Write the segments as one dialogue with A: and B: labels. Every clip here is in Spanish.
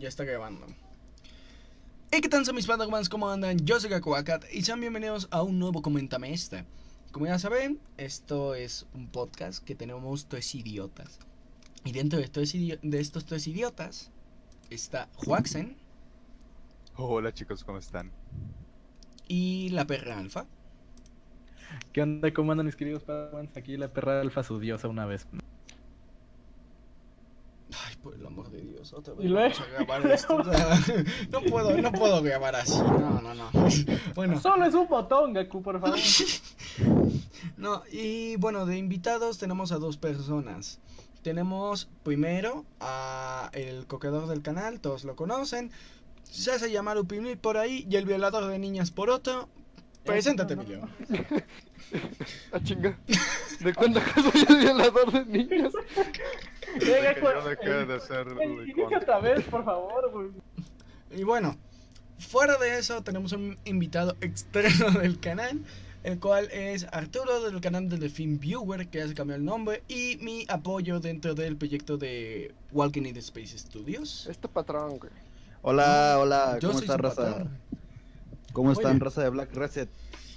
A: ya está grabando. Hey, ¿qué tal son mis Batmans? ¿Cómo andan? Yo soy Gakuakat y sean bienvenidos a un nuevo Coméntame Este. Como ya saben, esto es un podcast que tenemos tres idiotas. Y dentro de, tres idi- de estos tres idiotas está Huaxen
B: Hola chicos, ¿cómo están?
A: y la perra alfa.
C: ¿Qué onda? ¿Cómo andan mis queridos Padawans? Aquí la perra alfa su diosa una vez.
A: Ay, por el amor de Dios, otra vez
C: Y luego-
A: vamos a grabar esto. O sea, no puedo, no puedo grabar así. No, no, no. Bueno,
C: Solo es un botón, Gaku, por favor.
A: No, y bueno, de invitados tenemos a dos personas. Tenemos primero a el coqueador del canal, todos lo conocen. Se hace llamar Upimil por ahí y el violador de niñas por otro. Preséntate,
C: no, no.
A: Emilio.
D: Ah, chinga. ¿De cuándo acá soy el violador de niños?
B: Desde que
C: con-
B: yo dejé de ser
C: Inicia otra vez, por favor, güey.
A: Y bueno, fuera de eso tenemos un invitado externo del canal, el cual es Arturo del canal de The Film Viewer, que ya se cambió el nombre, y mi apoyo dentro del proyecto de Walking in the Space Studios.
D: Este patrón, güey.
E: Hola, hola,
A: Yo
E: Ah, ¿cómo
A: soy
E: están,
A: su
E: raza?
A: patrón.
E: ¿Cómo están,
A: Oye.
E: raza de Black Reset?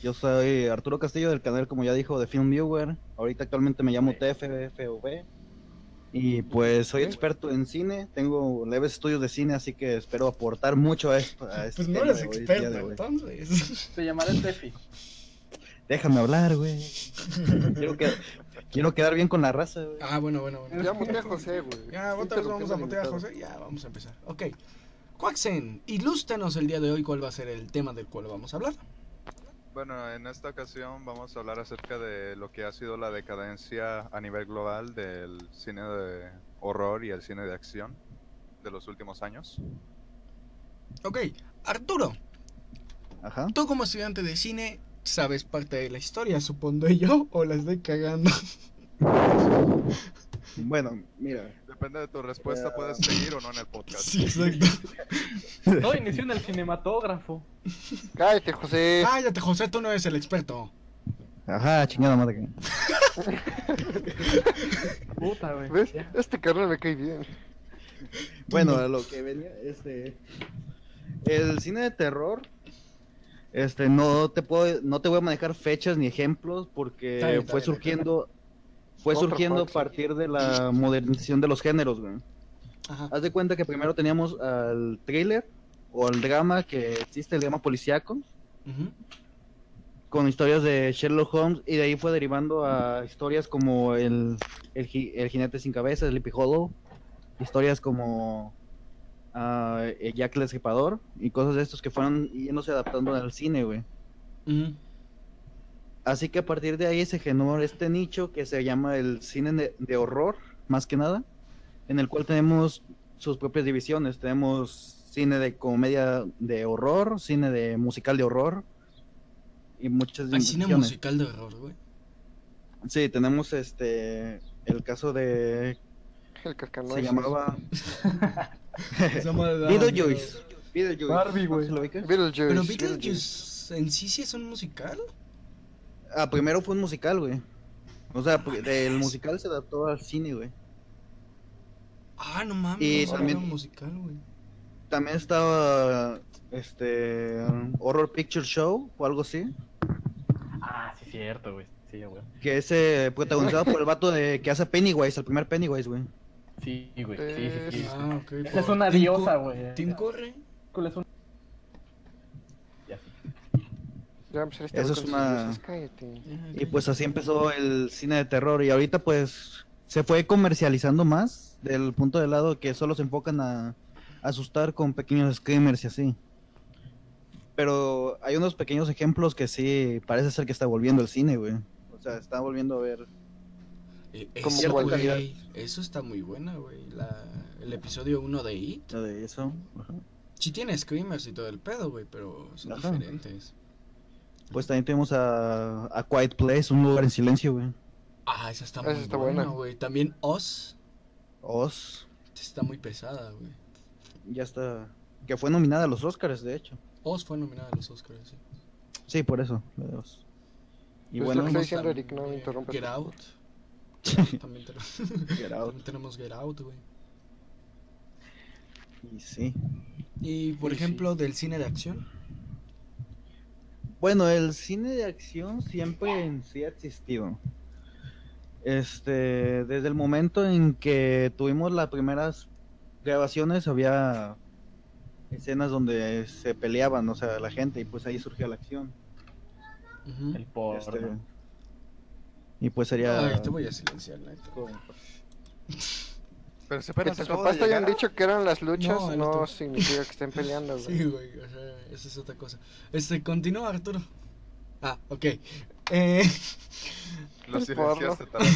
E: Yo soy Arturo Castillo del canal, como ya dijo, de Film Viewer. Ahorita actualmente me llamo TFFOV. Y pues soy
D: Ok.
E: experto en cine, tengo leves estudios de cine, así que espero aportar mucho a esto. a este
A: Pues no
E: tema
A: eres
E: de hoy, día
A: experto,
E: de hoy.
A: entonces.
C: Se llamará Tefi.
E: Déjame hablar, güey. Quiero, que- quiero quedar bien con la raza, güey.
A: Ah, bueno, bueno, bueno.
D: Ya muté a José, güey.
A: Ya,
D: Está
A: otra vez vamos a
D: interrumpiendo
A: mutear a
D: al invitado.
A: José. Ya, vamos a empezar. Ok. Quaxen, ilústranos el día de hoy cuál va a ser el tema del cual vamos a hablar.
B: Bueno, en esta ocasión vamos a hablar acerca de lo que ha sido la decadencia a nivel global del cine de horror y el cine de acción de los últimos años.
A: Ok, Arturo,
E: Ajá.
A: tú como estudiante de cine sabes parte de la historia, supongo yo, o la estoy cagando.
E: Bueno, mira.
B: Depende de tu respuesta, puedes seguir o no en el
A: Eh,
B: podcast.
A: Sí, exacto.
C: No, inició en el cinematógrafo.
D: Cállate, José.
A: Cállate, José, tú no eres el experto.
E: Ajá, chingada madre.
C: Puta, güey.
D: ¿Ves?
C: Ya.
D: Este carnal me cae bien.
E: Bueno, a lo que venía, este. El cine de terror. Este, no te puedo, no te voy a manejar fechas ni ejemplos porque
A: Está bien, está
E: fue
A: bien,
E: surgiendo, fue
D: Otra
E: surgiendo a
D: Fox, sí.
E: partir de la modernización de los géneros, güey.
A: Ajá.
E: Haz de cuenta que primero teníamos al thriller o al drama que existe, el drama policíaco,
A: Ujú.
E: con historias de Sherlock Holmes y de ahí fue derivando a historias como el, el, ji- el jinete sin cabeza, Sleepy Hollow, historias como ah, el Jack el Escapador y cosas de estos que fueron yéndose adaptando al cine, güey.
A: Ujú.
E: Así que a partir de ahí se generó este nicho que se llama el cine de, de horror, más que nada, en el cual tenemos sus propias divisiones. Tenemos cine de comedia de horror, cine de musical de horror y muchas
A: Hay cine
E: divisiones.
A: musical de horror, güey.
E: Sí, tenemos este el caso de
D: El cascanoy.
E: se llamaba
A: Esa madre da
E: Beetlejuice. Beetlejuice.
C: Barbie,
E: ¿No
C: güey.
E: se lo ubicas?
D: Beetlejuice.
A: Pero Beetlejuice en sí sí es un musical.
E: Ah, primero fue un musical, güey. O sea, pr- del musical se adaptó al cine, güey.
A: Ah, no mames.
E: Y
A: no sabía
E: también-
A: que era un musical, güey.
E: También estaba este Horror Picture Show o algo así,
C: Ah, sí, cierto, güey. Sí, güey.
E: que es eh, protagonizado por el vato de que hace Pennywise, el primer Pennywise, güey.
C: Sí, güey. Sí, sí, sí.
A: Ah, ok.
C: Esa
A: por
C: es una
A: Tim
C: diosa,
A: Cur-
C: güey.
A: Tim Curry.
C: Esa es una- Ya, sí.
D: Ya, pues, este
E: Eso
D: güey
E: es
D: con
E: una-
D: sus luces, Cállate.
A: Ah,
E: Y pues así empezó el cine de terror y ahorita pues se fue comercializando más del punto de lado que solo se enfocan a asustar con pequeños screamers y así. Pero hay unos pequeños ejemplos que sí parece ser que está volviendo el cine, güey. O sea, está volviendo a ver.
A: Eh,
D: Como
A: es cierto,
D: cualquier-
A: güey. Eso está muy buena, güey. La- El episodio 1 de It.
E: lo de eso. Ajá.
A: Sí tiene screamers y todo el pedo, güey, pero son
E: Ajá.
A: diferentes.
E: Pues también tuvimos a, a Quiet Place, un lugar en silencio, güey.
A: Ah, esa está
D: Esa
A: muy
D: está
A: buena,
D: buena.
A: güey. También Oz
E: Oz,
A: está muy pesada, güey.
E: ya está. Que fue nominada a los Oscars, de hecho.
A: Oz fue nominada a los Oscars, sí.
E: Sí, por eso, la de Oz. Y
D: Es
E: bueno,
D: lo que
A: Tenemos
D: diciendo,
A: también,
D: Eric, no me
A: eh,
D: interrumpas,
A: Get
D: por
A: Out. También, tenemos-
E: Get Out.
A: también tenemos Get Out, güey.
E: Y sí.
A: Y por
E: Sí, sí.
A: ejemplo, del cine de acción.
E: Bueno, el cine de acción siempre en sí ha existido. Este, desde el momento en que tuvimos las primeras grabaciones había escenas donde se peleaban, o sea, la gente y pues ahí surgió la acción.
A: Ujú.
C: El porno.
E: Este, y pues sería
A: Ay, te voy a silenciar, la neta.
B: Pero se
D: Que
B: apenas
D: tus
B: acabo
D: papás
B: de
D: te hayan
B: llegar.
D: dicho que eran las luchas,
A: No,
D: no,
A: el otro.
D: significa que estén peleando, güey.
A: Sí, güey, o sea, esa es otra cosa. Este, continúa, Arturo. Ah, ok. Eh,
B: Lo
D: El
B: silenciaste tarado.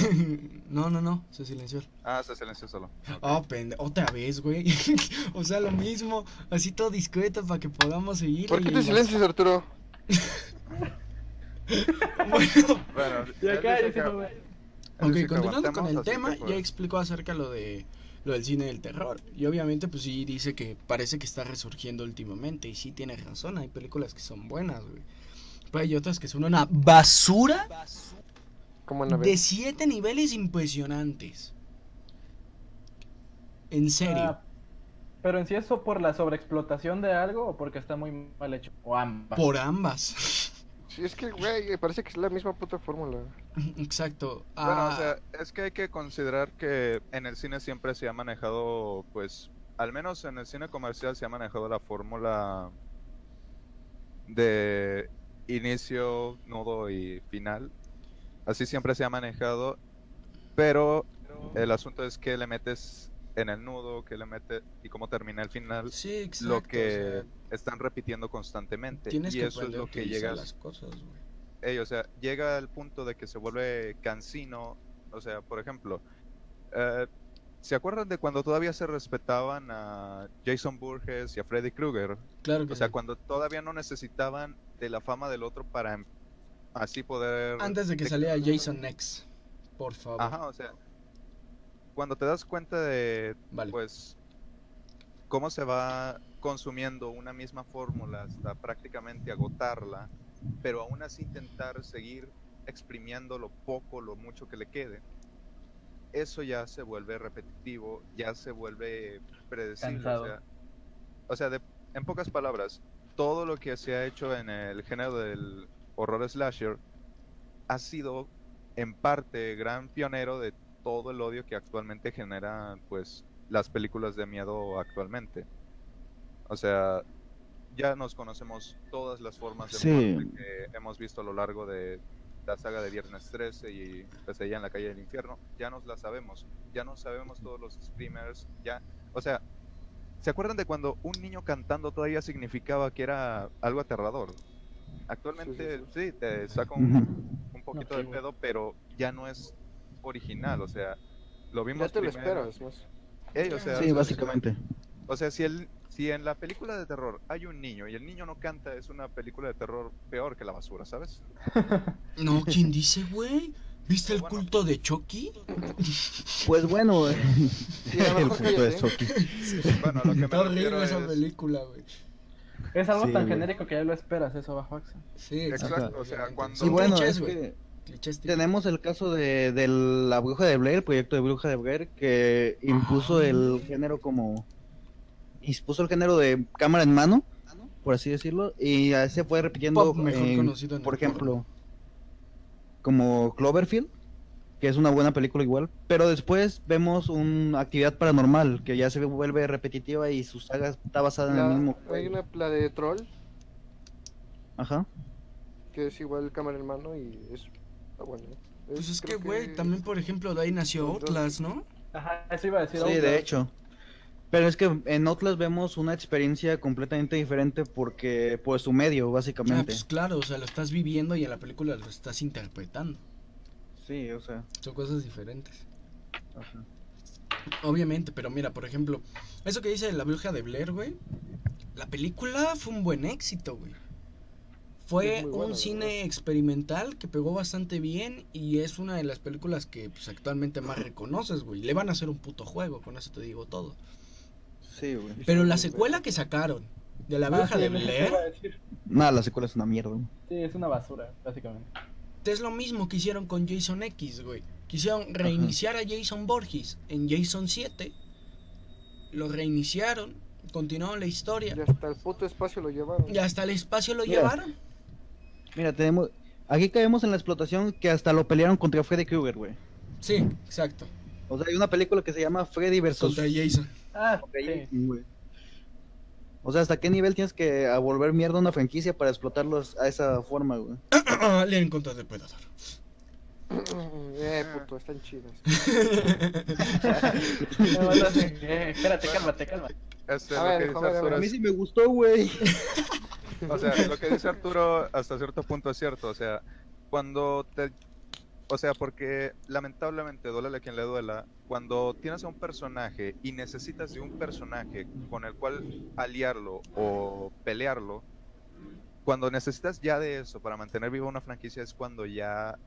A: no, no, no, se silenció.
B: Ah, se silenció solo. Ok.
A: Oh, pende- otra vez, güey. o sea, lo mismo, así todo discreto para que podamos seguir.
D: ¿Por
A: y
D: qué te
A: nos-
D: silencias, Arturo?
A: Bueno,
B: Bueno,
C: Ya
B: él dice
C: cállese,
B: que-
C: mamá.
B: él
A: ok,
B: dice que
A: continuando con
B: aguantemos,
A: el
B: así que,
A: tema,
B: pues,
A: ya explicó acerca lo de lo del cine del terror. Y obviamente, pues sí, dice que parece que está resurgiendo últimamente. Y sí, tiene razón, hay películas que son buenas, güey. Pero hay otras que son una basura
D: Como una
A: de
D: vez.
A: siete niveles impresionantes. En serio.
C: Ah, pero en sí eso por la sobreexplotación de algo o porque está muy mal hecho. O ambas.
A: Por ambas.
D: Sí, es que, güey, parece que es la misma puta fórmula.
A: Exacto.
B: Bueno,
A: Ah,
B: o sea, es que hay que considerar que en el cine siempre se ha manejado, pues, al menos en el cine comercial se ha manejado la fórmula de inicio, nudo y final. Así siempre se ha manejado, pero el asunto es que le metes en el nudo, que le metes y cómo termina el final,
A: sí, exacto.
B: lo que
A: o sea,
B: están repitiendo constantemente.
A: tienes
B: Y
A: que
B: eso es
A: aprender a
B: lo que
A: utilizar
B: llegas
A: las cosas, güey.
B: Ey, o sea, llega al punto de que se vuelve cansino. O sea, por ejemplo, eh, ¿se acuerdan de cuando todavía se respetaban a Jason Burgess y a Freddy Krueger?
A: Claro que
B: O sea,
A: sí.
B: cuando todavía no necesitaban de la fama del otro para em- así poder...
A: Antes de que
B: te-
A: saliera Jason X. Por favor.
B: Ajá, o sea, cuando te das cuenta de,
A: Vale.
B: pues, cómo se va consumiendo una misma fórmula hasta prácticamente agotarla, pero aún así intentar seguir exprimiendo lo poco, lo mucho que le quede, eso ya se vuelve repetitivo, ya se vuelve predecible. O
C: Cansado.
B: sea, o sea, de- en pocas palabras, todo lo que se ha hecho en el género del horror slasher ha sido en parte gran pionero de todo el odio que actualmente genera pues las películas de miedo actualmente. O sea, ya nos conocemos todas las formas de
E: Sí.
B: muerte que hemos visto a lo largo de la saga de Viernes 13 y Pesadilla en la calle del infierno, ya nos la sabemos, ya no sabemos todos los screamers, ya, o sea, ¿se acuerdan de cuando un niño cantando todavía significaba que era algo aterrador? Actualmente sí,
D: Sí,
B: te saca un,
E: Ujú.
B: un poquito
C: No, sí,
B: de
C: güey.
B: pedo, pero ya no es original, o sea, lo
D: Ya
B: vimos
D: te lo
B: primero.
D: esperas, más.
B: Ey, o sea,
E: Sí, básicamente.
B: o sea, si el si en la película de terror hay un niño y el niño no canta, es una película de terror peor que la basura, ¿sabes?
A: No, ¿quién dice, güey? ¿Viste el
B: Bueno.
A: culto de Chucky?
E: Pues bueno, el
D: Y a lo mejor
E: punto de
D: cállate.
E: Chucky.
B: Bueno, a lo que
A: Está
B: me refiero
A: horrible
B: es
A: esa película, güey.
C: Es algo
E: Sí,
C: tan
E: güey.
C: genérico que ya lo esperas eso bajo Axa.
A: Sí,
B: Exacto, o sea,
A: obviamente.
B: cuando-
E: Y
A: Son
E: bueno,
A: clichés,
E: es
A: güey.
E: que
A: Clichés típicos.
E: tenemos el caso de, de la bruja de Blair, el proyecto de bruja de Blair, que impuso el género como... Impuso el género de cámara en mano, por así decirlo, y ahí se fue repitiendo,
A: Pop mejor
E: en-
A: conocido en
E: por
A: el porno.
E: ejemplo, como Cloverfield, que es una buena película igual, pero después vemos una actividad paranormal, que ya se vuelve repetitiva y su saga está basada en el
D: La,
E: mismo...
D: hay una, la de Troll,
E: Ajá.
D: que es igual cámara en mano y es. ah, bueno.
A: Pues es que,
D: creo
A: güey, también por ejemplo de ahí nació
D: Son dos.
A: Outlast, ¿no?
C: Ajá, eso iba a decir. oh,
E: Sí,
C: Outlast.
E: de hecho. Pero es que en Outlast vemos una experiencia completamente diferente porque, pues, su medio,
A: Ah,
E: básicamente.
A: pues claro, o sea, lo estás viviendo y en la película lo estás interpretando.
E: pues, Sí, o sea.
A: Son cosas diferentes.
E: ajá.
A: Obviamente, pero mira, por ejemplo, eso que dice de la bruja de Blair, güey. La película fue un buen éxito, güey. Fue
D: Es muy
A: un
D: buena, la
A: cine
D: verdad.
A: experimental que pegó bastante bien y es una de las películas que pues, actualmente más reconoces, güey. Le van a hacer un puto juego, con eso te digo todo.
E: Sí, güey.
A: Pero la secuela que sacaron de la
C: Ah,
A: bruja
C: sí,
A: de
C: eso iba a
A: Blair
C: decir.
E: Nada, la secuela es una mierda. güey.
C: Sí, es una basura, básicamente. Ah,
A: es lo mismo que hicieron con Jason X, güey. Quisieron reiniciar a Jason Borges en Jason 7. Lo reiniciaron, Continuaron la historia.
D: Y hasta el puto espacio lo llevaron.
A: Y hasta el espacio lo
E: Mira.
A: llevaron.
E: Mira, tenemos. Aquí caemos en la explotación que hasta lo pelearon contra Freddy Krueger, güey.
A: Sí, exacto.
E: O sea, hay una película que se llama Freddy versus.
A: Contra Jason.
C: Ah, sí.
E: Jason, güey. O sea, ¿hasta qué nivel tienes que a volver mierda una franquicia para explotarlos a esa forma, güey?
A: Le encontró el predador.
D: eh, puto, están chidas.
C: Nada más así, eh, espérate, cálmate, cálmate.
B: Este,
D: A
B: lo
D: ver,
B: que dice
D: joder, a
B: Arturo
E: A mí
B: es-
E: sí me gustó, güey.
B: O sea, lo que dice Arturo hasta cierto punto es cierto. O sea, cuando te... O sea, porque lamentablemente, duele a quien le duela, cuando tienes a un personaje y necesitas de un personaje con el cual aliarlo o pelearlo, cuando necesitas ya de eso para mantener viva una franquicia es cuando ya,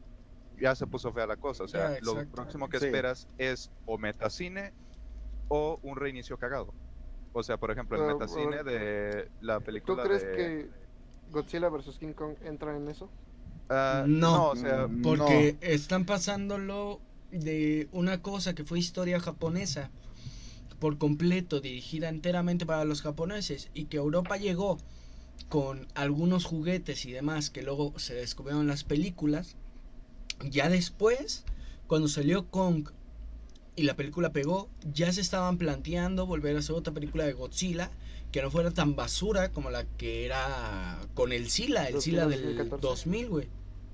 B: ya se puso fea la cosa. O sea,
A: Ya,
B: lo
A: exacto.
B: próximo que
E: Sí.
B: esperas es o metacine o un reinicio cagado. O sea, por ejemplo, el
D: Pero,
B: metacine
D: ahora-
B: de la
D: ¿Tú
B: película
D: crees
B: de-
D: que Godzilla vs. King Kong entra en eso?
B: Ah,
A: No.
B: o sea,
E: Mm,
A: Porque están pasándolo de una cosa que fue historia japonesa por completo, dirigida enteramente para los japoneses, y que Europa llegó con algunos juguetes y demás que luego se descubrieron en las películas. Ya después, cuando salió Kong y la película pegó, ya se estaban planteando volver a hacer otra película de Godzilla que no fuera tan basura como la que era con el Sila, el Sila del
D: 2014.
A: 2000, güey.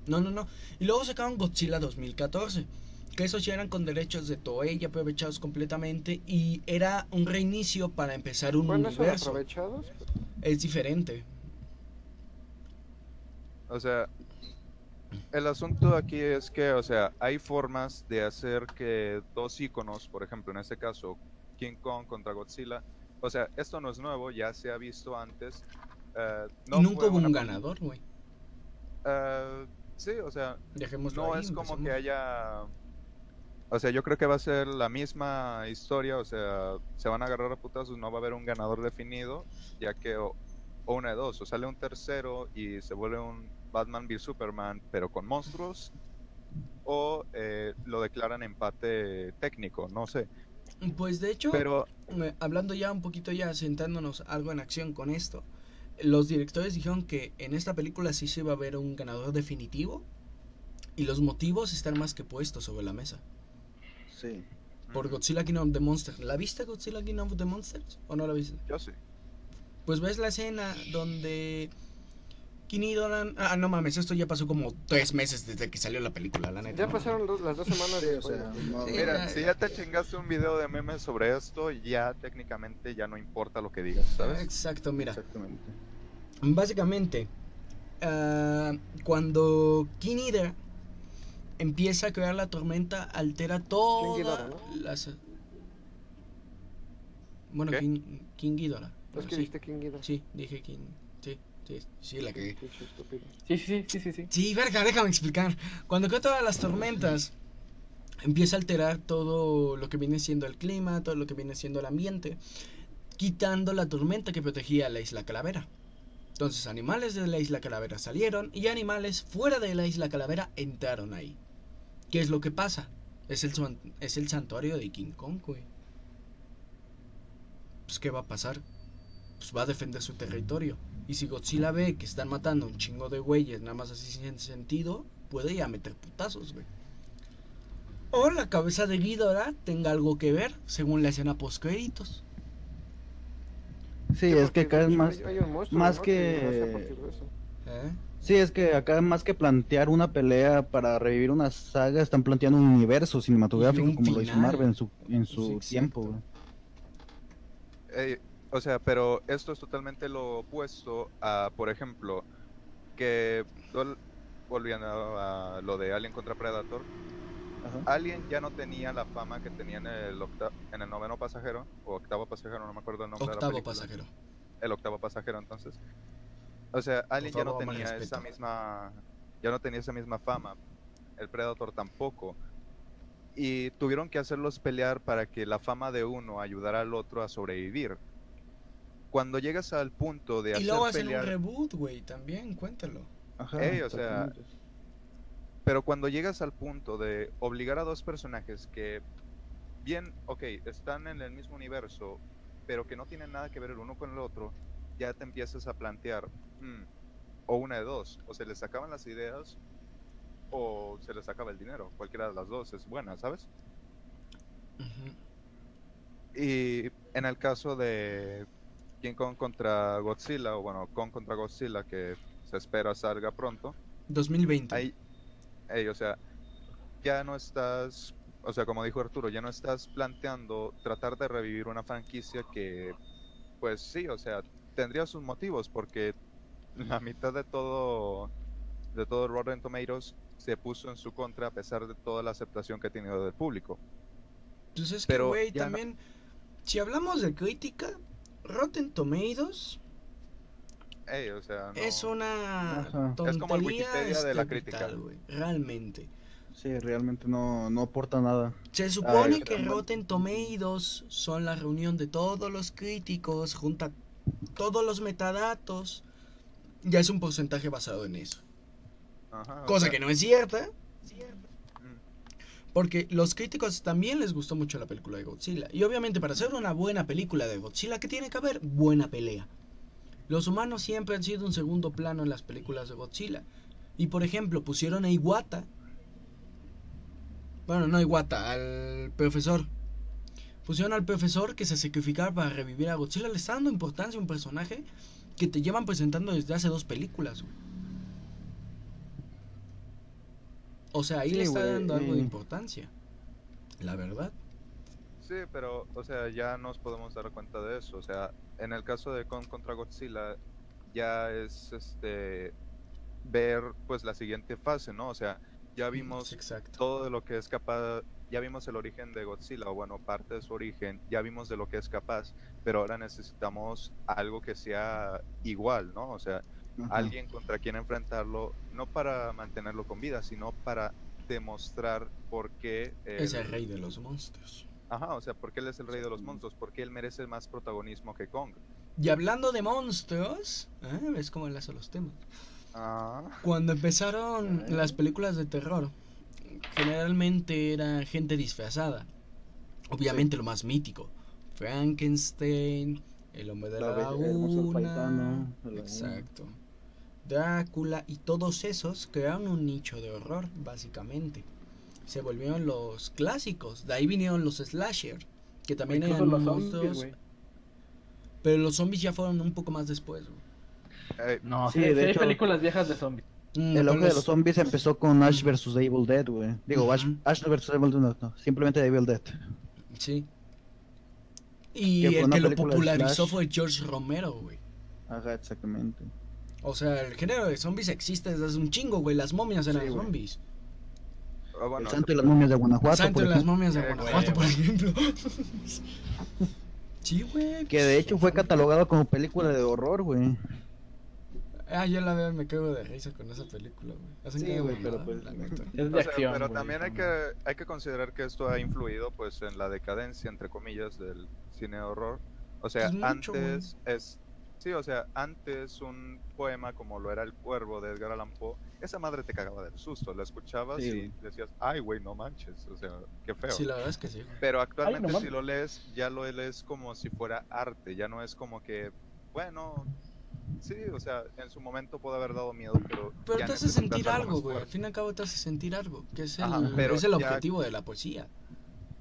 A: No, no, no. Y luego sacaron Godzilla 2014. Que esos ya eran con derechos de Toei ya aprovechados completamente. Y era un reinicio para empezar un
D: Bueno, eso de
A: universo. Pues,
D: aprovechados.
A: Es diferente.
B: o sea, el asunto aquí es que, o sea, hay formas de hacer que dos íconos, por ejemplo, en este caso, King Kong contra Godzilla, o sea, esto no es nuevo, ya se ha visto antes. eh, no
A: y nunca
B: fue
A: hubo
B: una-
A: un ganador, güey.
B: Eh, sí, o sea,
A: Dejémoslo
B: no
A: ahí,
B: es como
A: empecemos.
B: que haya... O sea, yo creo que va a ser la misma historia, o sea, se van a agarrar a putazos, no va a haber un ganador definido, ya que o, o una de dos, o sale un tercero y se vuelve un Batman v Superman, pero con monstruos, o eh, lo declaran empate técnico, no sé.
A: Pues de hecho,
B: Pero
A: me- hablando ya un poquito, ya sentándonos algo en acción con esto, los directores dijeron que en esta película sí se iba a ver un ganador definitivo. Y los motivos están más que puestos sobre la mesa.
E: Sí.
A: Por
B: mm,
A: Godzilla King of the Monsters. ¿La viste Godzilla King of the Monsters? ¿O no la viste?
B: yo sí.
A: Pues ves la escena donde Kini Dolan. Ah, no mames, esto ya pasó como tres meses desde que salió la película, la neta.
D: Ya pasaron dos- las dos semanas.
E: o
D: después.
E: sea,
A: Sí,
B: Mira,
A: ya-
B: si ya te chingaste un video de memes sobre esto, ya técnicamente ya no importa lo que digas, ¿sabes?
A: Exacto, mira.
E: Exactamente.
A: Básicamente, ah, cuando Kinida empieza a crear la tormenta, altera
D: King
A: todas
D: Ghidorah, ¿no?
A: las. Bueno,
B: ¿Qué?
A: King, King Ghidorah.
D: Es que
A: sí,
D: viste King Ghidorah.
A: sí, dije King. Sí, sí, sí, la cagué.
D: Pinche estúpido.
C: Sí, sí, sí, sí, sí.
A: Sí, verga, déjame explicar. Cuando crea todas las tormentas, empieza a alterar todo lo que viene siendo el clima, todo lo que viene siendo el ambiente, quitando la tormenta que protegía la isla Calavera. Entonces, animales de la isla Calavera salieron y animales fuera de la isla Calavera entraron ahí. ¿Qué es lo que pasa? Es el, suan- es el santuario de King Kong, güey. Pues, ¿qué va a pasar? pues va a defender su territorio. Y si Godzilla ve que están matando un chingo de güeyes, nada más así sin sentido, puede ya meter putazos, güey. O la cabeza de Ghidorah tenga algo que ver, según la escena post créditos.
E: Sí,
D: Sí,
E: es
D: porque
E: que acá es
D: hay-
E: más.
D: hay un monstruo,
E: más
D: ¿no?
E: que-
D: nace a partir de eso.
A: ¿eh?
E: Sí, es que acá más que plantear una pelea para revivir una saga, están planteando un universo cinematográfico
A: Y un
E: como lo hizo
A: final.
E: Marvel en su, en su
A: Pues, exacto.
E: tiempo, güey.
B: Eh, o sea, pero esto es totalmente lo opuesto a, por ejemplo, que vol- volviendo a lo de Alien contra Predator,
E: Ajá.
B: Alien ya no tenía la fama que tenía en el, octa- en el noveno pasajero, o octavo pasajero, no me acuerdo el nombre. de la
A: Octavo
B: película.
A: pasajero.
B: El octavo pasajero, entonces. O sea, Alien ya no
A: favor, más
B: tenía
A: respeto.
B: esa misma, ya no tenía esa misma fama. El Predator tampoco. Y tuvieron que hacerlos pelear para que la fama de uno ayudara al otro a sobrevivir. Cuando llegas al punto de
A: Y luego
B: hacer
A: hacen un
B: pelear
A: reboot, güey, también, cuéntalo.
E: Ajá,
B: Ey, o sea,
E: exactamente.
B: Pero cuando llegas al punto de obligar a dos personajes que, bien, ok, están en el mismo universo, pero que no tienen nada que ver el uno con el otro, ya te empiezas a plantear, mm, o una de dos, o se les acaban las ideas o se les acaba el dinero, cualquiera de las dos es buena, ¿sabes?
A: Ujú.
B: Y en el caso de King Kong contra Godzilla, o bueno, Kong contra Godzilla, que se espera salga pronto,
A: 2020.
B: ahí, ey, o sea, ya no estás, o sea, como dijo Arturo, ya no estás planteando tratar de revivir una franquicia que, pues sí, o sea, tendría sus motivos, porque la mitad de todo, de todo Rotten Tomatoes se puso en su contra a pesar de toda la aceptación que ha tenido del público.
A: Entonces, es que,
B: pero
A: güey,
B: ya no-
A: también, si hablamos de crítica, Rotten Tomatoes
B: Ey, o sea, no-
A: es una
E: Ajá.
A: tontería
B: Es como el Wikipedia de la
A: hasta
B: crítica.
A: brutal, güey, realmente.
E: Sí, realmente no, no aporta nada.
A: Se supone
B: Ay,
A: que
B: caramba.
A: Rotten Tomatoes son la reunión de todos los críticos, junta todos los metadatos, ya es un porcentaje basado en eso.
B: Ajá, Ah, o
A: Cosa
B: sea,
A: que no es cierta,
B: mm.
A: porque los críticos también les gustó mucho la película de Godzilla. Y obviamente para hacer una buena película de Godzilla, ¿qué tiene que haber? Buena pelea. Los humanos siempre han sido un segundo plano en las películas de Godzilla. Y por ejemplo, pusieron a Iwata. Bueno, no a Iwata, al profesor. Pusieron al profesor que se sacrificaba para revivir a Godzilla. Le está dando importancia a un personaje que te llevan presentando desde hace dos películas, güey. O sea, ahí
E: Sí,
A: le está
E: güey, eh.
A: dando algo de
E: y-
A: importancia. La verdad.
B: Sí, pero, o sea, ya nos podemos dar cuenta de eso. O sea, en el caso de Kong contra Godzilla, ya es este ver pues la siguiente fase, ¿no? O sea, ya vimos
A: Exacto.
B: todo de lo que es capaz, ya vimos el origen de Godzilla, o bueno, parte de su origen, ya vimos de lo que es capaz, pero ahora necesitamos algo que sea igual, ¿no? O sea,
E: Ajá.
B: alguien contra quien enfrentarlo, no para mantenerlo con vida, sino para demostrar por qué el-
A: Es el rey de los monstruos.
B: Ajá, o sea, porque él es el rey de los monstruos, porque él merece más protagonismo que Kong.
A: Y hablando de monstruos, ¿eh? ves cómo enlazo los temas.
B: Ah,
A: Cuando empezaron las películas de terror, generalmente era gente disfrazada. Obviamente lo más mítico. Frankenstein, el hombre de la,
E: La Bella- el monstruo
A: laguna,
E: paisano, la laguna.
A: exacto. Drácula y todos esos crearon un nicho de horror, básicamente. Se volvieron los clásicos. De ahí vinieron los slasher, que también
C: Incluso
A: eran
C: los zombies,
A: monstruos,
C: güey.
A: pero los zombies ya fueron un poco más después. güey.
B: eh,
C: No,
E: Sí,
C: sí,
E: de
C: sí hay
E: hecho-
C: películas viejas de zombies.
A: Mm,
E: El
A: pero
E: ojo de los zombies empezó con Ash vs Evil Dead, güey. Digo, Ash,
A: Ujú.
E: Ash vs Evil Dead, no, no, simplemente Evil Dead.
A: Sí. Y
E: Que fue
A: el
E: una
A: que lo
E: película de
A: popularizó
E: Slash.
A: fue George Romero, güey.
E: Ajá, exactamente.
A: O sea, el género de zombies existe desde hace un chingo, güey. Las momias eran
E: Sí, güey.
A: zombies.
B: ah, bueno,
E: el santo y las momias de Guanajuato,
A: Santo
E: por
A: en las
E: ejemplo,
A: momias de
B: Exacto.
A: Guanajuato, por ejemplo. sí, güey. pues,
E: que de hecho fue catalogado como película de horror, güey.
A: Ah, yo la veo, me cago de risa con esa película, güey. Hacen
E: Sí,
A: cada
E: güey, pero
A: mamada,
E: pues-
A: la neta.
C: Es
B: o
C: de
B: sea,
C: acción.
B: pero
C: güey,
B: también hay que, hay que considerar que esto ha influido pues en la decadencia, entre comillas, del cine de horror. O sea,
A: Pues mucho, güey.
B: antes es... Sí, o sea, antes un poema como lo era El Cuervo de Edgar Allan Poe, esa madre te cagaba del susto, la escuchabas
E: Sí,
B: y
E: güey.
B: decías, ay, güey, no manches, o sea, qué feo.
A: Sí, la verdad es que sí. güey.
B: Pero actualmente
C: mames.
B: si lo lees, ya lo lees como si fuera arte, ya no es como que, bueno, sí, o sea, en su momento puede haber dado miedo, pero...
A: Pero
B: ya
A: te hace
B: necesitas
A: sentir
B: más
A: algo, güey. Al
B: fuerte.
A: fin y al cabo te hace sentir algo. Que es el,
B: Ajá, pero
A: es el
B: ya-
A: objetivo de la poesía.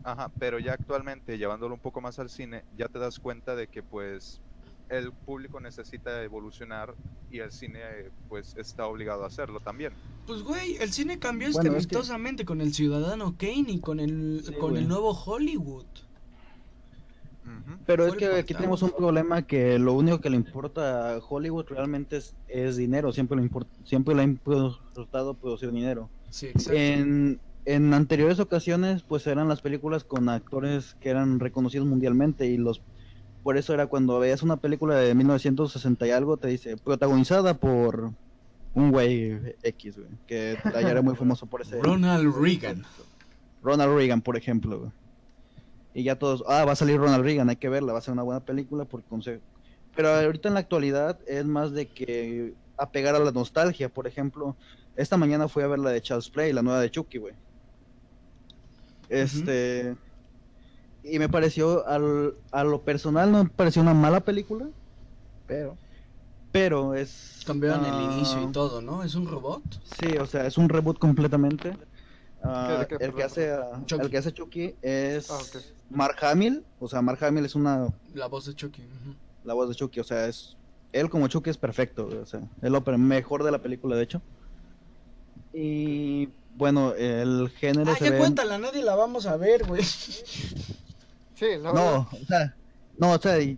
B: Ajá, pero ya actualmente, llevándolo un poco más al cine, ya te das cuenta de que pues el público necesita evolucionar y el cine eh, pues está obligado a hacerlo también.
A: Pues güey, el cine cambió
E: Bueno, es que-
A: estrepitosamente con el Ciudadano Kane y con el
E: Sí,
A: con el
E: güey.
A: nuevo Hollywood.
B: Ujú.
E: Pero es
A: Fue
E: que
A: el
E: aquí
A: portal.
E: tenemos un problema que lo único que le importa a Hollywood realmente es, es dinero, siempre, le import- siempre le ha importado producir dinero.
A: Sí, exacto.
E: En, en anteriores ocasiones, pues eran las películas con actores que eran reconocidos mundialmente y los por eso era cuando veías una película de 1960 y algo, te dice protagonizada por un güey X, güey, que allá era muy famoso por ese
A: Ronald Reagan.
E: Ronald Reagan, por ejemplo. güey. Y ya todos, ah, va a salir Ronald Reagan, hay que verla, va a ser una buena película por consejo. Pero ahorita en la actualidad es más de que apegar a la nostalgia, por ejemplo, esta mañana fui a ver la de Charles Play, la nueva de Chucky, güey. Este y Y me pareció, al- a lo personal, no me pareció una mala película,
C: Pero.
E: pero es...
A: Cambiaron el
E: ah,
A: inicio y todo, ¿no? ¿Es un robot?
E: Sí, o sea, es un reboot completamente. Ah,
D: ¿Qué- de qué
E: el, que hace, a-
A: Chucky.
E: el que hace Chucky es
D: Ah, ok.
E: Mark Hamill, o sea, Mark Hamill es una
A: La voz de Chucky. ujú.
E: la voz de Chucky, o sea, es él como Chucky es perfecto, o sea, es lo pre- mejor de la película de hecho. Y bueno, el género
A: Ah,
E: se
A: ya
E: ve-
A: cuéntala, nadie la vamos a ver, güey.
D: Sí, la verdad.
E: No, o sea, no, o sea, y-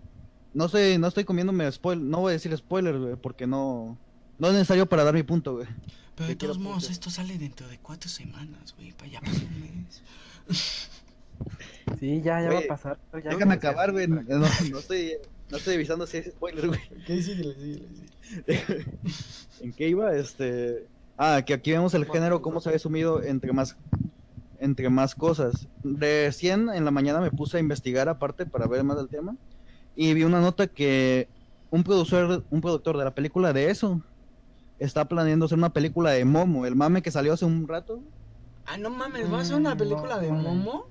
E: no sé, no estoy comiéndome spoiler, no voy a decir spoiler, güey, porque no no es necesario para dar mi punto, güey.
A: Pero de
D: Yo quiero
A: todos modos,
D: puntos.
A: esto sale dentro de cuatro semanas, güey. Para allá pasó un mes.
C: Sí, ya, ya va
E: Oye,
C: a pasar. ya va a
E: Déjame
C: pasar.
E: acabar, güey. No, no estoy no estoy avisando si es spoiler, güey.
A: Ok, síguele, síguele, síguele.
E: ¿En qué iba? Este. Ah, que aquí vemos el género, cómo se había sumido entre más, entre más cosas. Recién en la mañana me puse a investigar aparte para ver más del tema. Y vi una nota que un productor, un productor de la película de eso está planeando hacer una película de Momo, el mame que salió hace un rato.
A: Ah, no mames, ¿va a ser una
C: Mm,
A: película
C: no,
A: de
C: no.
A: Momo?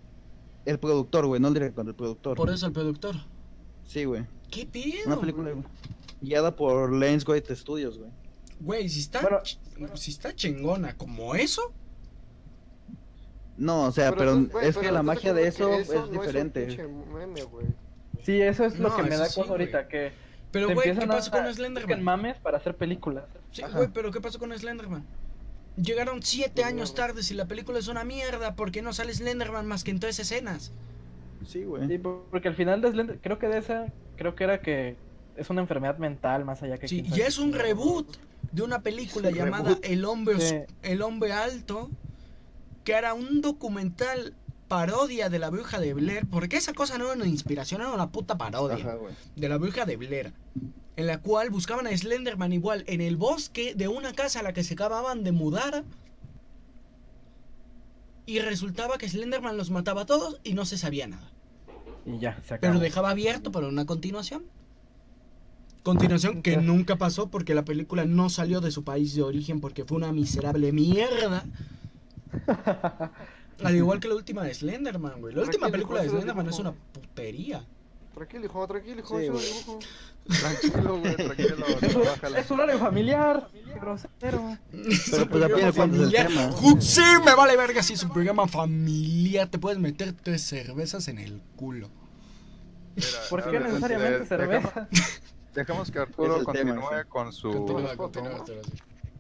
E: El productor, güey, no el director, el productor.
A: Por eso el productor.
E: Sí, güey.
A: ¿Qué pido?
E: Una película guiada por Lionsgate Studios, güey.
A: Güey, si está,
C: Bueno,
A: ch- si está chingona como eso.
E: No, o sea, pero,
D: tú- güey,
E: es que
D: pero
E: la
D: tú te
E: magia de
D: acuerdas que
E: eso,
D: no
E: es
D: un
E: diferente.
D: pinche meme, güey.
C: Sí, eso es lo
A: No,
C: que me
A: eso
C: da
A: sí,
C: cosa
A: güey.
C: ahorita. Que
A: Pero,
C: te
A: güey, ¿qué
C: empiezan a-
A: pasó con
C: a-
A: Slenderman?
C: mames para hacer películas.
A: Sí,
E: Ajá.
A: güey, pero ¿qué pasó con Slenderman? Llegaron siete
D: No,
A: años
D: güey.
A: tarde y la película es una mierda porque no sale Slenderman más que en tres escenas.
E: Sí, güey.
C: Sí, por- porque al final de Slender- creo que de esa, creo que era que es una enfermedad mental más allá que...
A: Sí,
C: quién sabe
A: y
C: qué
A: es un
C: chingado.
A: reboot de una película
D: Es un
A: llamada
D: reboot.
A: El Hombre, Os-
C: Sí.
A: El Hombre Alto, que era un documental parodia de la bruja de Blair, porque esa cosa no era una inspiración, era una puta parodia.
E: Ajá, güey.
A: de la bruja de Blair, en la cual buscaban a Slenderman igual en el bosque de una casa a la que se acababan de mudar. Y resultaba que Slenderman los mataba a todos y no se sabía nada.
C: Y ya, se acabó.
A: Pero dejaba abierto para una continuación. Continuación que nunca pasó porque la película no salió de su país de origen porque fue una miserable mierda. Al igual que la última de Slenderman, güey. La última
D: Tranquilo,
A: película de
D: eso lo
A: Slenderman es
D: dibujo.
A: una putería.
D: Tranquilo, hijo, tranquilo, hijo.
E: Sí,
D: eso lo
E: güey.
D: dibujo.
B: Tranquilo, güey, tranquilo.
C: Es,
B: no,
C: hor-
B: bájale.
C: es horario familiar. Qué grosero.
A: Pero
E: pues, a fin de cuentas, el tema.
A: Sí, me vale verga si es un programa familiar. Te puedes meter tres cervezas en el culo.
B: Mira,
C: ¿Por
B: a
C: qué
B: ver,
C: necesariamente
B: de-
C: cerveza?
B: eh, Dejamos que
E: Es
B: Arturo
E: el tema,
B: continúe
E: sí.
B: con su.
D: Continúa.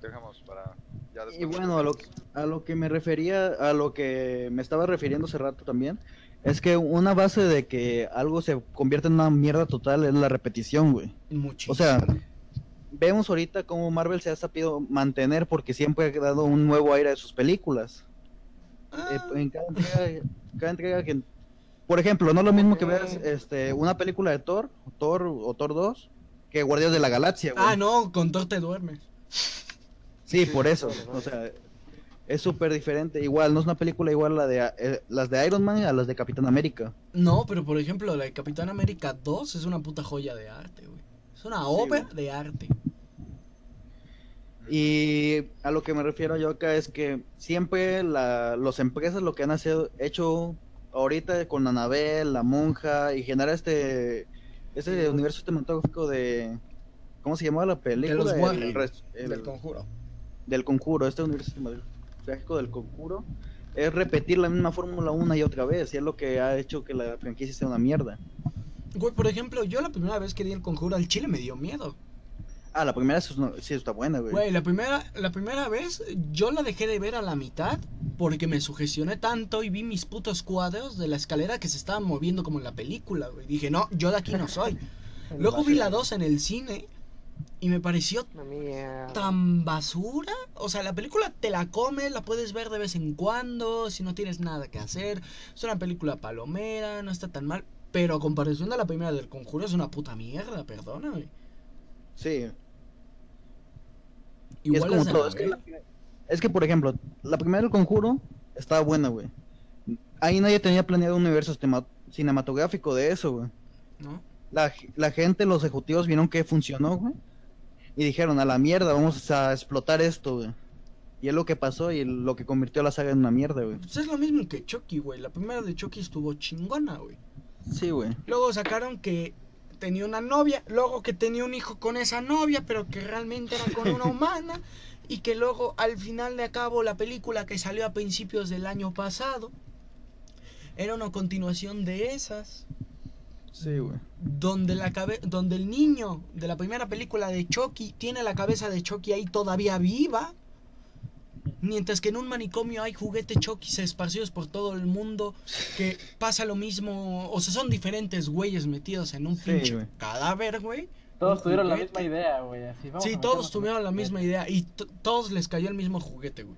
B: Dejamos para. Ya después
E: Y bueno, a lo, a lo que me refería, a lo que me estaba refiriendo hace rato también, es que una base de que algo se convierte en una mierda total es la repetición, güey.
A: Muchísimo.
E: O sea, vemos ahorita cómo Marvel se ha sabido mantener porque siempre ha dado un nuevo aire a sus películas.
A: Ah,
E: Eh, en cada entrega, cada entrega que... Por ejemplo, no es lo mismo que veas este, una película de Thor, o Thor o Thor 2, que Guardias de la Galaxia, güey.
A: ah, no, con Thor te duermes.
E: Sí,
D: Sí,
E: por eso.
D: claro, ¿no?
E: O sea, es súper diferente. Igual, no es una película igual la de eh, las de Iron Man a las de Capitán América.
A: No, pero por ejemplo, la de Capitán América 2 es una puta joya de arte, güey. Es una ópera de arte.
E: Y a lo que me refiero yo acá es que siempre la, las empresas lo que han hacido- hecho ahorita con Anabel, La Monja y generar este, este universo cinematográfico de... ¿Cómo se llamaba la película?
A: los
E: El-
A: Warren,
E: res- el-
A: Del conjuro.
E: del conjuro, este universo cinematográfico del conjuro, es repetir la misma fórmula una y otra vez, y es lo que ha hecho que la franquicia sea una mierda.
A: Güey, por ejemplo, yo la primera vez que di el conjuro al chile me dio miedo.
E: Ah, la primera sí es una- sí está buena, güey.
A: Güey, la primera, la primera vez yo la dejé de ver a la mitad porque me sugestioné tanto y vi mis putos cuadros de la escalera que se estaban moviendo como en la película, güey. Dije, no, yo de aquí no soy. Luego vi la 2 en el cine y me pareció
D: Una mierda.
A: tan basura. O sea, la película te la comes, la puedes ver de vez en cuando, si no tienes nada que hacer. Es una película palomera, no está tan mal. Pero a comparación de la primera del conjuro es una puta mierda, perdóname.
E: Sí, y es
A: Igual
E: como
A: las de
E: todo. Es que,
A: Anabel.
E: la- es que, por ejemplo, la primera del conjuro estaba buena, güey. Ahí nadie tenía planeado un universo cinema- cinematográfico de eso, güey.
A: ¿no?
E: La, la gente, los ejecutivos vieron que funcionó, güey. Y dijeron, a la mierda, vamos a explotar esto, güey. Y es lo que pasó y lo que convirtió a la saga en una mierda, güey.
A: Pues es lo mismo que Chucky, güey. La primera de Chucky estuvo chingona, güey.
E: Sí, güey.
A: Luego sacaron que tenía una novia, luego que tenía un hijo con esa novia, pero que realmente era con una humana, y que luego al final de acabo la película que salió a principios del año pasado era una continuación de esas,
E: Sí, güey.
A: donde la cabe- donde el niño de la primera película de Chucky tiene la cabeza de Chucky ahí todavía viva. Mientras que en un manicomio hay juguetes Chucky esparcidos por todo el mundo que pasa lo mismo, o sea, son diferentes güeyes metidos en un
E: Sí,
A: pinche
E: güey.
A: cadáver, güey.
C: Todos tuvieron la
A: Juguete.
C: misma idea, güey. así, vamos a
A: Sí,
C: meter
A: todos
C: unos
A: tuvieron la
C: juguetes.
A: misma idea y t- todos les cayó el mismo juguete, güey.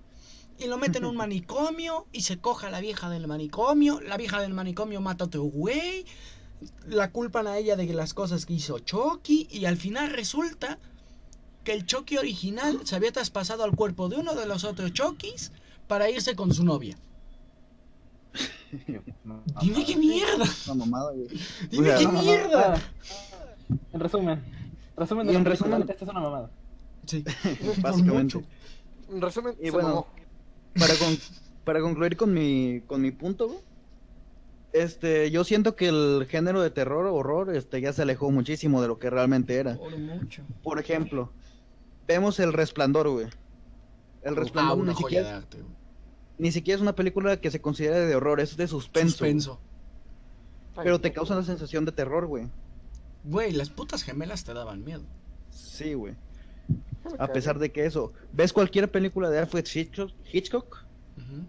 A: Y lo meten en un manicomio y se coja la vieja del manicomio. La vieja del manicomio mata a otro güey. La culpan a ella de que las cosas que hizo Chucky. Y al final resulta que el Chucky original se había traspasado al cuerpo de uno de los otros Chuckys para irse con su novia.
C: No,
A: Dime
C: no,
A: qué
C: no.
A: mierda.
E: Una mamada, güey.
A: Dime
E: sea,
A: qué
E: no, no, no.
A: mierda.
C: En resumen. Resumen
E: Y en
C: la película,
E: resumen-
C: Esta es una mamada.
A: Sí,
E: Básicamente.
A: mucho.
D: En resumen,
E: Y
D: se
E: bueno,
D: mamó.
E: Para, con- para concluir con mi, con mi punto, güey, Este, yo siento que el género de terror, horror, este, ya se alejó muchísimo de lo que realmente era.
A: Por mucho.
E: Por ejemplo, vemos El Resplandor, güey. El
A: Ah,
E: Resplandor
A: una
E: ni,
A: joya de
E: siquiera,
A: arte. güey.
E: ni siquiera es una película que se considera de horror, es de suspenso.
A: Suspenso.
D: Ay,
E: Pero te causa una sensación de terror, güey.
A: Güey, las putas gemelas te daban miedo.
E: Sí, güey.
D: no me
E: A
D: cagué.
E: pesar de que eso. ¿Ves cualquier película de Alfred Hitchcock? Hitchcock?
A: Ujú.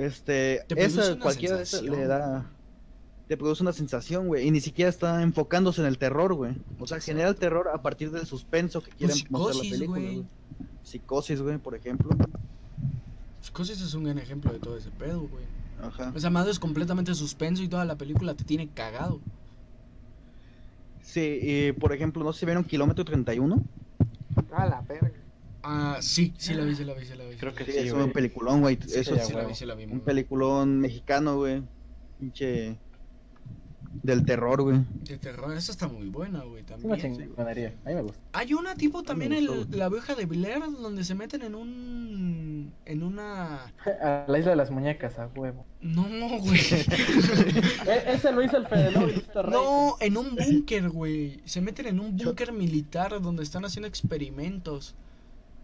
E: Este,
A: Te produce
E: esa,
A: una
E: cualquiera de esas le
A: sensación.
E: da. Te produce una sensación, güey. Y ni siquiera está enfocándose en el terror, güey. O sea,
A: Exacto. Pues
E: genera el terror a partir del suspenso que quieren mostrar la
A: psicosis,
E: película,
A: güey.
E: güey. Psicosis, güey, por ejemplo.
A: Psicosis es un gran ejemplo de todo ese pedo, güey.
E: Ajá.
A: Esa madre es completamente suspenso y toda la película te tiene cagado.
E: Sí, y por ejemplo, no sé si vieron Kilómetro 31.
D: A la verga.
A: Ah, sí, sí la vi, sí la vi, sí la vi.
F: Creo que
E: Sí,
F: sí,
E: es
F: güey.
E: un peliculón, güey.
A: Sí,
E: Eso
A: sí,
E: es
A: la vi, sí la vi.
E: un
A: muy
E: peliculón mexicano, güey. Pinche. Del terror, güey.
A: buena. De terror, esa está muy buena, güey,
C: Es una
A: también.
C: chingonería. A mí me gusta.
A: Hay una tipo también,
E: me gustó,
A: el-
E: güey.
A: la bruja de Blair, donde se meten en un... En una...
C: A la isla de las muñecas, a huevo.
A: No, güey.
C: E- ese lo hizo el Fede, ¿no? Luisito Rey.
A: No, en un búnker, güey. Se meten en un búnker militar donde están haciendo experimentos.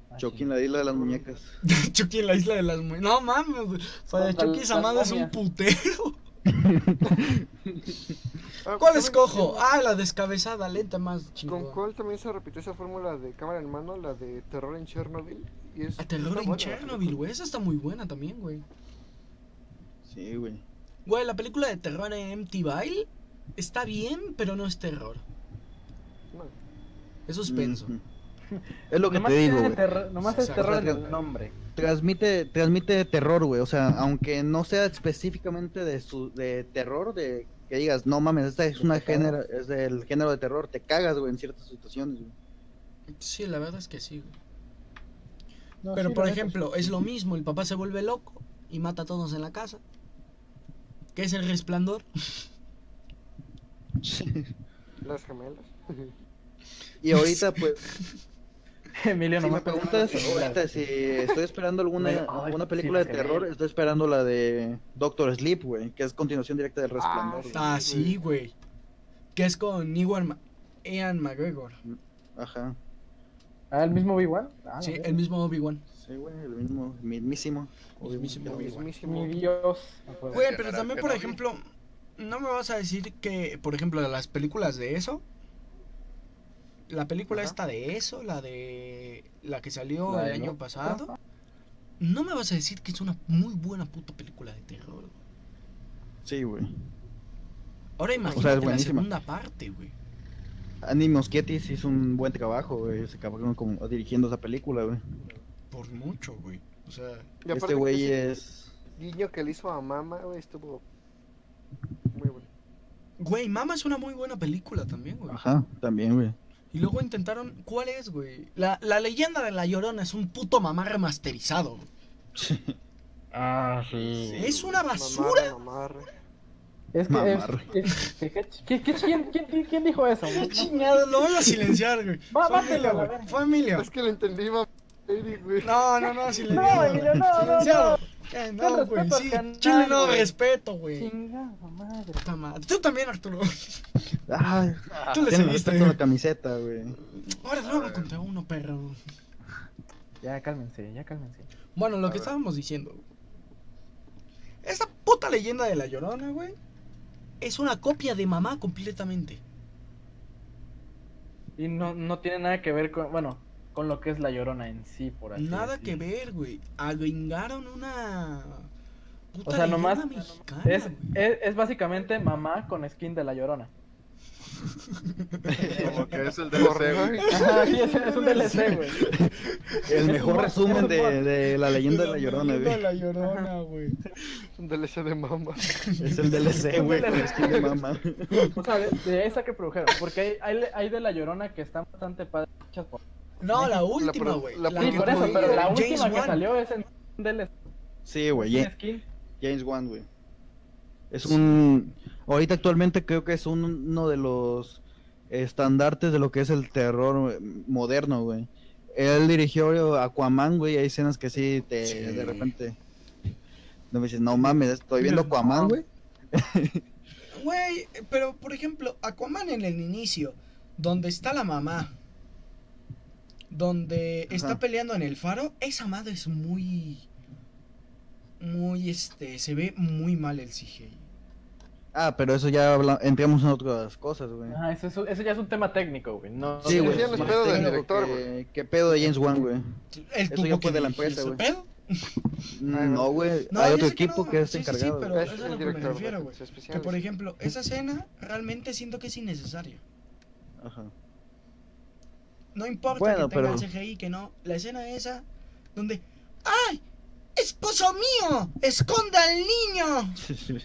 C: Ah,
E: Chucky en la isla de las muñecas.
A: Chucky en la isla de las... mu- No mames, güey. O sea,
C: Contra
A: Chucky
C: las
A: Samada es un
C: momias.
A: putero.
D: Ah,
A: ¿Cuál
D: ¿saben
A: escojo?
D: quién-
A: Ah, la descabezada, lenta más chingón.
D: ¿Con cuál también se repitió esa fórmula de cámara en mano? La de terror en Chernobyl. Y es,
A: A Ah, Terror
D: está
A: en
D: buena la
A: Chernobyl,
D: película.
A: güey. Esa está muy buena también, güey.
E: Sí, güey.
A: Güey, la película de terror en Empty Bile está bien, pero no es terror.
D: No.
A: Es suspenso.
E: Ujú. Es lo que
C: Nomás
E: te digo,
C: tiene
E: güey.
C: terror- Nomás es
A: Exacto.
C: terror en el nombre.
E: Transmite, transmite terror, güey. O sea, aunque no sea específicamente de su, de terror, de que digas, no mames, esta es una género, es del género de terror, te cagas, güey, en ciertas situaciones, güey.
A: Sí, la verdad es que sí, güey. Pero, por ejemplo, es lo mismo. El papá se vuelve loco y mata a todos en la casa. ¿Qué es el resplandor?
D: Las gemelas.
E: Y ahorita, pues,
C: Emilio,
E: si me
C: nomás
E: preguntas, ahorita si estoy esperando alguna,
C: Ay,
E: alguna
C: sí,
E: película de
C: se ve.
E: terror, estoy esperando la de Doctor Sleep, güey, que es continuación directa del Resplandor.
D: sí.
E: güey.
A: Ah, sí, güey. Que es con Iwan Ma- Ian McGregor.
E: Ajá.
C: Ah, el mismo B1. Ah,
A: Sí,
C: no,
A: el mismo Obi-Wan.
E: Sí, güey, el mismo, mismísimo.
A: El mismo
D: El
A: Obi-Wan.
D: mismísimo.
C: Mi Dios.
A: Güey,
B: General
A: pero también, por
B: Kenobi.
A: ejemplo, no me vas a decir que, por ejemplo, de las películas de eso, la película
D: Ajá.
A: esta de eso, la de la que salió
C: La
A: el
C: de
A: año
C: Loco.
A: pasado, no me vas a decir que es una muy buena puta película de terror. güey.
E: Sí, güey.
A: Ahora imagínate la
E: buenísima.
A: segunda parte, güey.
E: Andy Moschetti sí hizo un buen trabajo, güey. Se acabaron como dirigiendo esa película, güey.
A: Por mucho, güey. O sea,
D: Y aparte
E: Este
D: que
E: güey
D: ese
E: es.
D: Guiño que le hizo a Mama, güey, estuvo. Muy bueno.
A: güey, Mama es una muy buena película también, güey.
E: Ajá, también, güey.
A: Y luego intentaron, ¿cuál es, güey? La, la leyenda de la Llorona es un puto mamá remasterizado. güey.
F: Ah, sí.
A: Es una basura.
D: Mamarra, mamarra.
C: Es que es,
E: Mamarre.
C: es- que- que- que- que- ¿quién, quién, quién- quién dijo eso?
A: Chingado, lo voy a silenciar, güey.
C: Va,
A: Familia,
C: mátelo, a la
A: güey.
C: verga.
A: Familia.
D: Es que lo entendí, mamá. Eric, güey.
A: No, no, no,
C: No,
A: silenciado.
C: Emilio, no, no, no.
A: Silenciado. Eh,
C: Con
A: No, güey,
C: respeto al
A: sí.
C: canal,
A: Chile no,
C: güey.
A: respeto, güey.
C: Chingada madre.
A: Puta madre. Tú también, Arturo.
E: Ay,
A: Tú le
E: Ah, tiene
A: seguiste.
E: respeto a la camiseta, güey.
A: Ahora
B: A
A: luego
B: ver.
A: contra uno, perro.
C: Ya cálmense, ya cálmense.
A: Bueno, lo
B: A
A: que
B: ver.
A: estábamos diciendo. Esta puta leyenda de la llorona, güey. Es una copia de mamá completamente.
C: Y no, no tiene nada que ver con, bueno, con lo que es la llorona en sí, por así
A: Nada que
C: decir.
A: ver, güey. Avengaron una. Puta
C: O sea, nomás-
A: leyenda mexicana,
C: Es,
A: güey.
C: es, es básicamente mamá con skin de la llorona.
B: Como que es el DLC, güey.
C: Ajá, sí, es, es un DLC, güey.
E: El
C: un
E: mejor
C: bot, es
E: resumen
C: un
E: de,
C: bot.
E: de la leyenda de la llorona,
A: leyenda
E: güey.
A: de la llorona, güey.
D: Un DLC de mamá.
E: Es el DLC, güey.
C: Es un
E: con skin de mamá.
C: O sea, de, de esa que produjeron. Porque hay, hay, hay de la llorona que están bastante padres. hechas por-
A: No, la última,
D: pro-
A: güey.
D: la
C: Sí,
D: que
C: por eso,
D: fue
C: pero la
A: James
C: última que
A: Wan.
C: salió es en un DLC.
E: Sí, güey.
C: sin
E: Ya-
C: skin.
E: James Wan, güey. Es un. Ahorita actualmente creo que es un- uno de los estandartes de lo que es el terror güey, moderno, güey. Él dirigió Aquaman, güey. y Hay escenas que sí te.
A: Sí.
E: De repente. No me dices, no mames, estoy viendo
A: No.
E: Aquaman, güey.
A: Güey, pero por ejemplo, Aquaman en el inicio, donde está la mamá, donde
E: Ajá.
A: está peleando en el faro, esa madre es muy. Muy este. Se ve muy mal el CGI.
E: Ah, pero eso ya habla- entramos en otras cosas, güey.
C: Ajá, eso, eso- eso ya es un tema técnico, güey. No,
E: Sí,
D: sí,
E: güey.
D: sí, el pedo del
E: técnico
D: director,
E: que-
D: güey.
E: ¿Qué pedo de James Wan, güey?
A: El
E: Eso
A: tuvo
E: ya fue
A: que
E: de la
A: dirigir
E: empresa,
A: ese
E: güey.
A: pedo.
E: No, güey.
A: No,
E: Hay
A: yo
E: otro
A: sé que
E: equipo
A: no.
E: que es
A: Sí, sí, sí,
E: encargado.
A: pero-
E: güey.
A: eso es a lo que me refiero, güey.
D: efectos
A: Que
D: especiales.
A: por ejemplo, esa escena realmente siento que es innecesaria.
E: Ajá.
A: No importa
E: Bueno,
A: que tenga
E: pero-
A: el CGI, que no. La escena esa donde. ¡Ay! ¡Esposo mío! ¡Esconda al niño!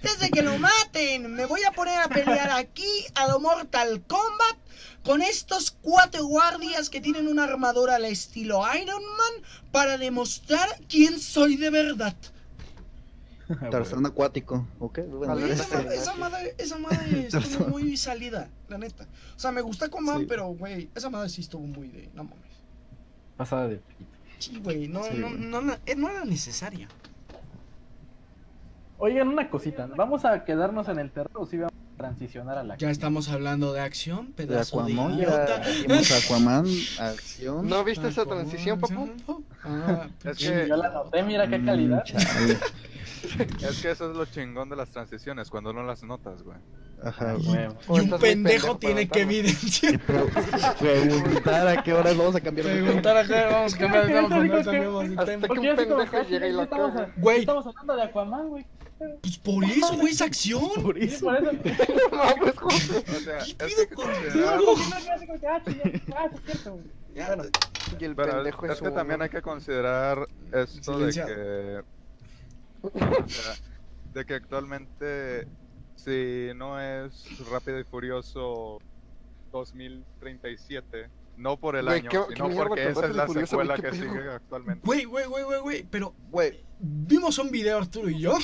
A: Desde que lo maten, me voy a poner a pelear aquí a lo Mortal Kombat con estos cuatro guardias que tienen una armadura al estilo Iron Man para demostrar quién soy de verdad.
C: Ah,
E: Tarzán acuático. Ok, bueno.
A: Güey, esa,
E: este-
A: madre, esa madre, esa madre estuvo muy salida, la neta. O sea, me gusta Aquaman,
E: Sí.
A: pero güey, esa madre sí estuvo muy de. No mames.
C: Pasada de
A: Sí, güey, no,
E: Sí,
A: no,
E: güey.
A: no, no, eh, no era necesaria.
C: Oigan, una cosita. ¿Vamos a quedarnos en el terror o si vamos a transicionar a la
A: Ya estamos hablando de acción,
E: De
A: pedazo de,
E: Aquaman,
A: idiota.
E: ya vimos Aquaman, acción.
D: ¿No viste esa transición, papá?
A: papu? Ah,
B: Es
A: sí,
B: que-
C: Yo la noté, mira qué
E: Mm,
C: calidad.
E: chale.
B: Es que eso es lo chingón de las transiciones, cuando no las notas, güey.
E: Ajá, Ah, güey.
C: Huevo.
A: Y un
D: estás muy
A: pendejo
D: pendejo
A: tiene
D: para
A: que
D: notarlo.
A: evidenciar.
E: Pero preguntar a qué horas vamos a cambiar de tema.
A: Preguntar a qué vamos a cambiar de tema
C: Creo que
A: cuando
C: eso dijo
A: cambiamos de
D: Hasta
A: tema.
D: que
C: Porque
D: un
C: así como
D: pendejo
C: que,
D: llega y
C: sí,
D: la
C: estamos
D: caga.
C: a-
A: Güey.
C: Estamos hablando de Aquaman, güey.
A: Pues por eso, güey, es acción.
E: Por
C: Sí,
E: eso.
C: por eso.
D: No mames, José.
B: O sea, es
A: ¿Qué
B: que
A: pido con-
C: Sí,
B: considerar-
C: porque si no, yo así como que, ah, chingada, ah, sí, es cierto, güey.
A: Ya,
C: Bueno,
D: Y el
B: Pero es,
D: pendejo es
B: es que también hay que considerar esto de
A: Silenciado.
B: que, o sea, de que actualmente si no es Rápido y Furioso 2037, no por el
D: Güey,
B: año,
D: qué- qué
B: sino
D: mierda con
B: porque esa
D: Rápido
B: es
D: y
B: la
D: Furioso,
B: secuela
D: güey,
B: que
D: qué pedo.
B: sigue actualmente.
A: Güey, güey, güey, güey, güey, pero
E: Güey.
A: vimos un video Arturo y yo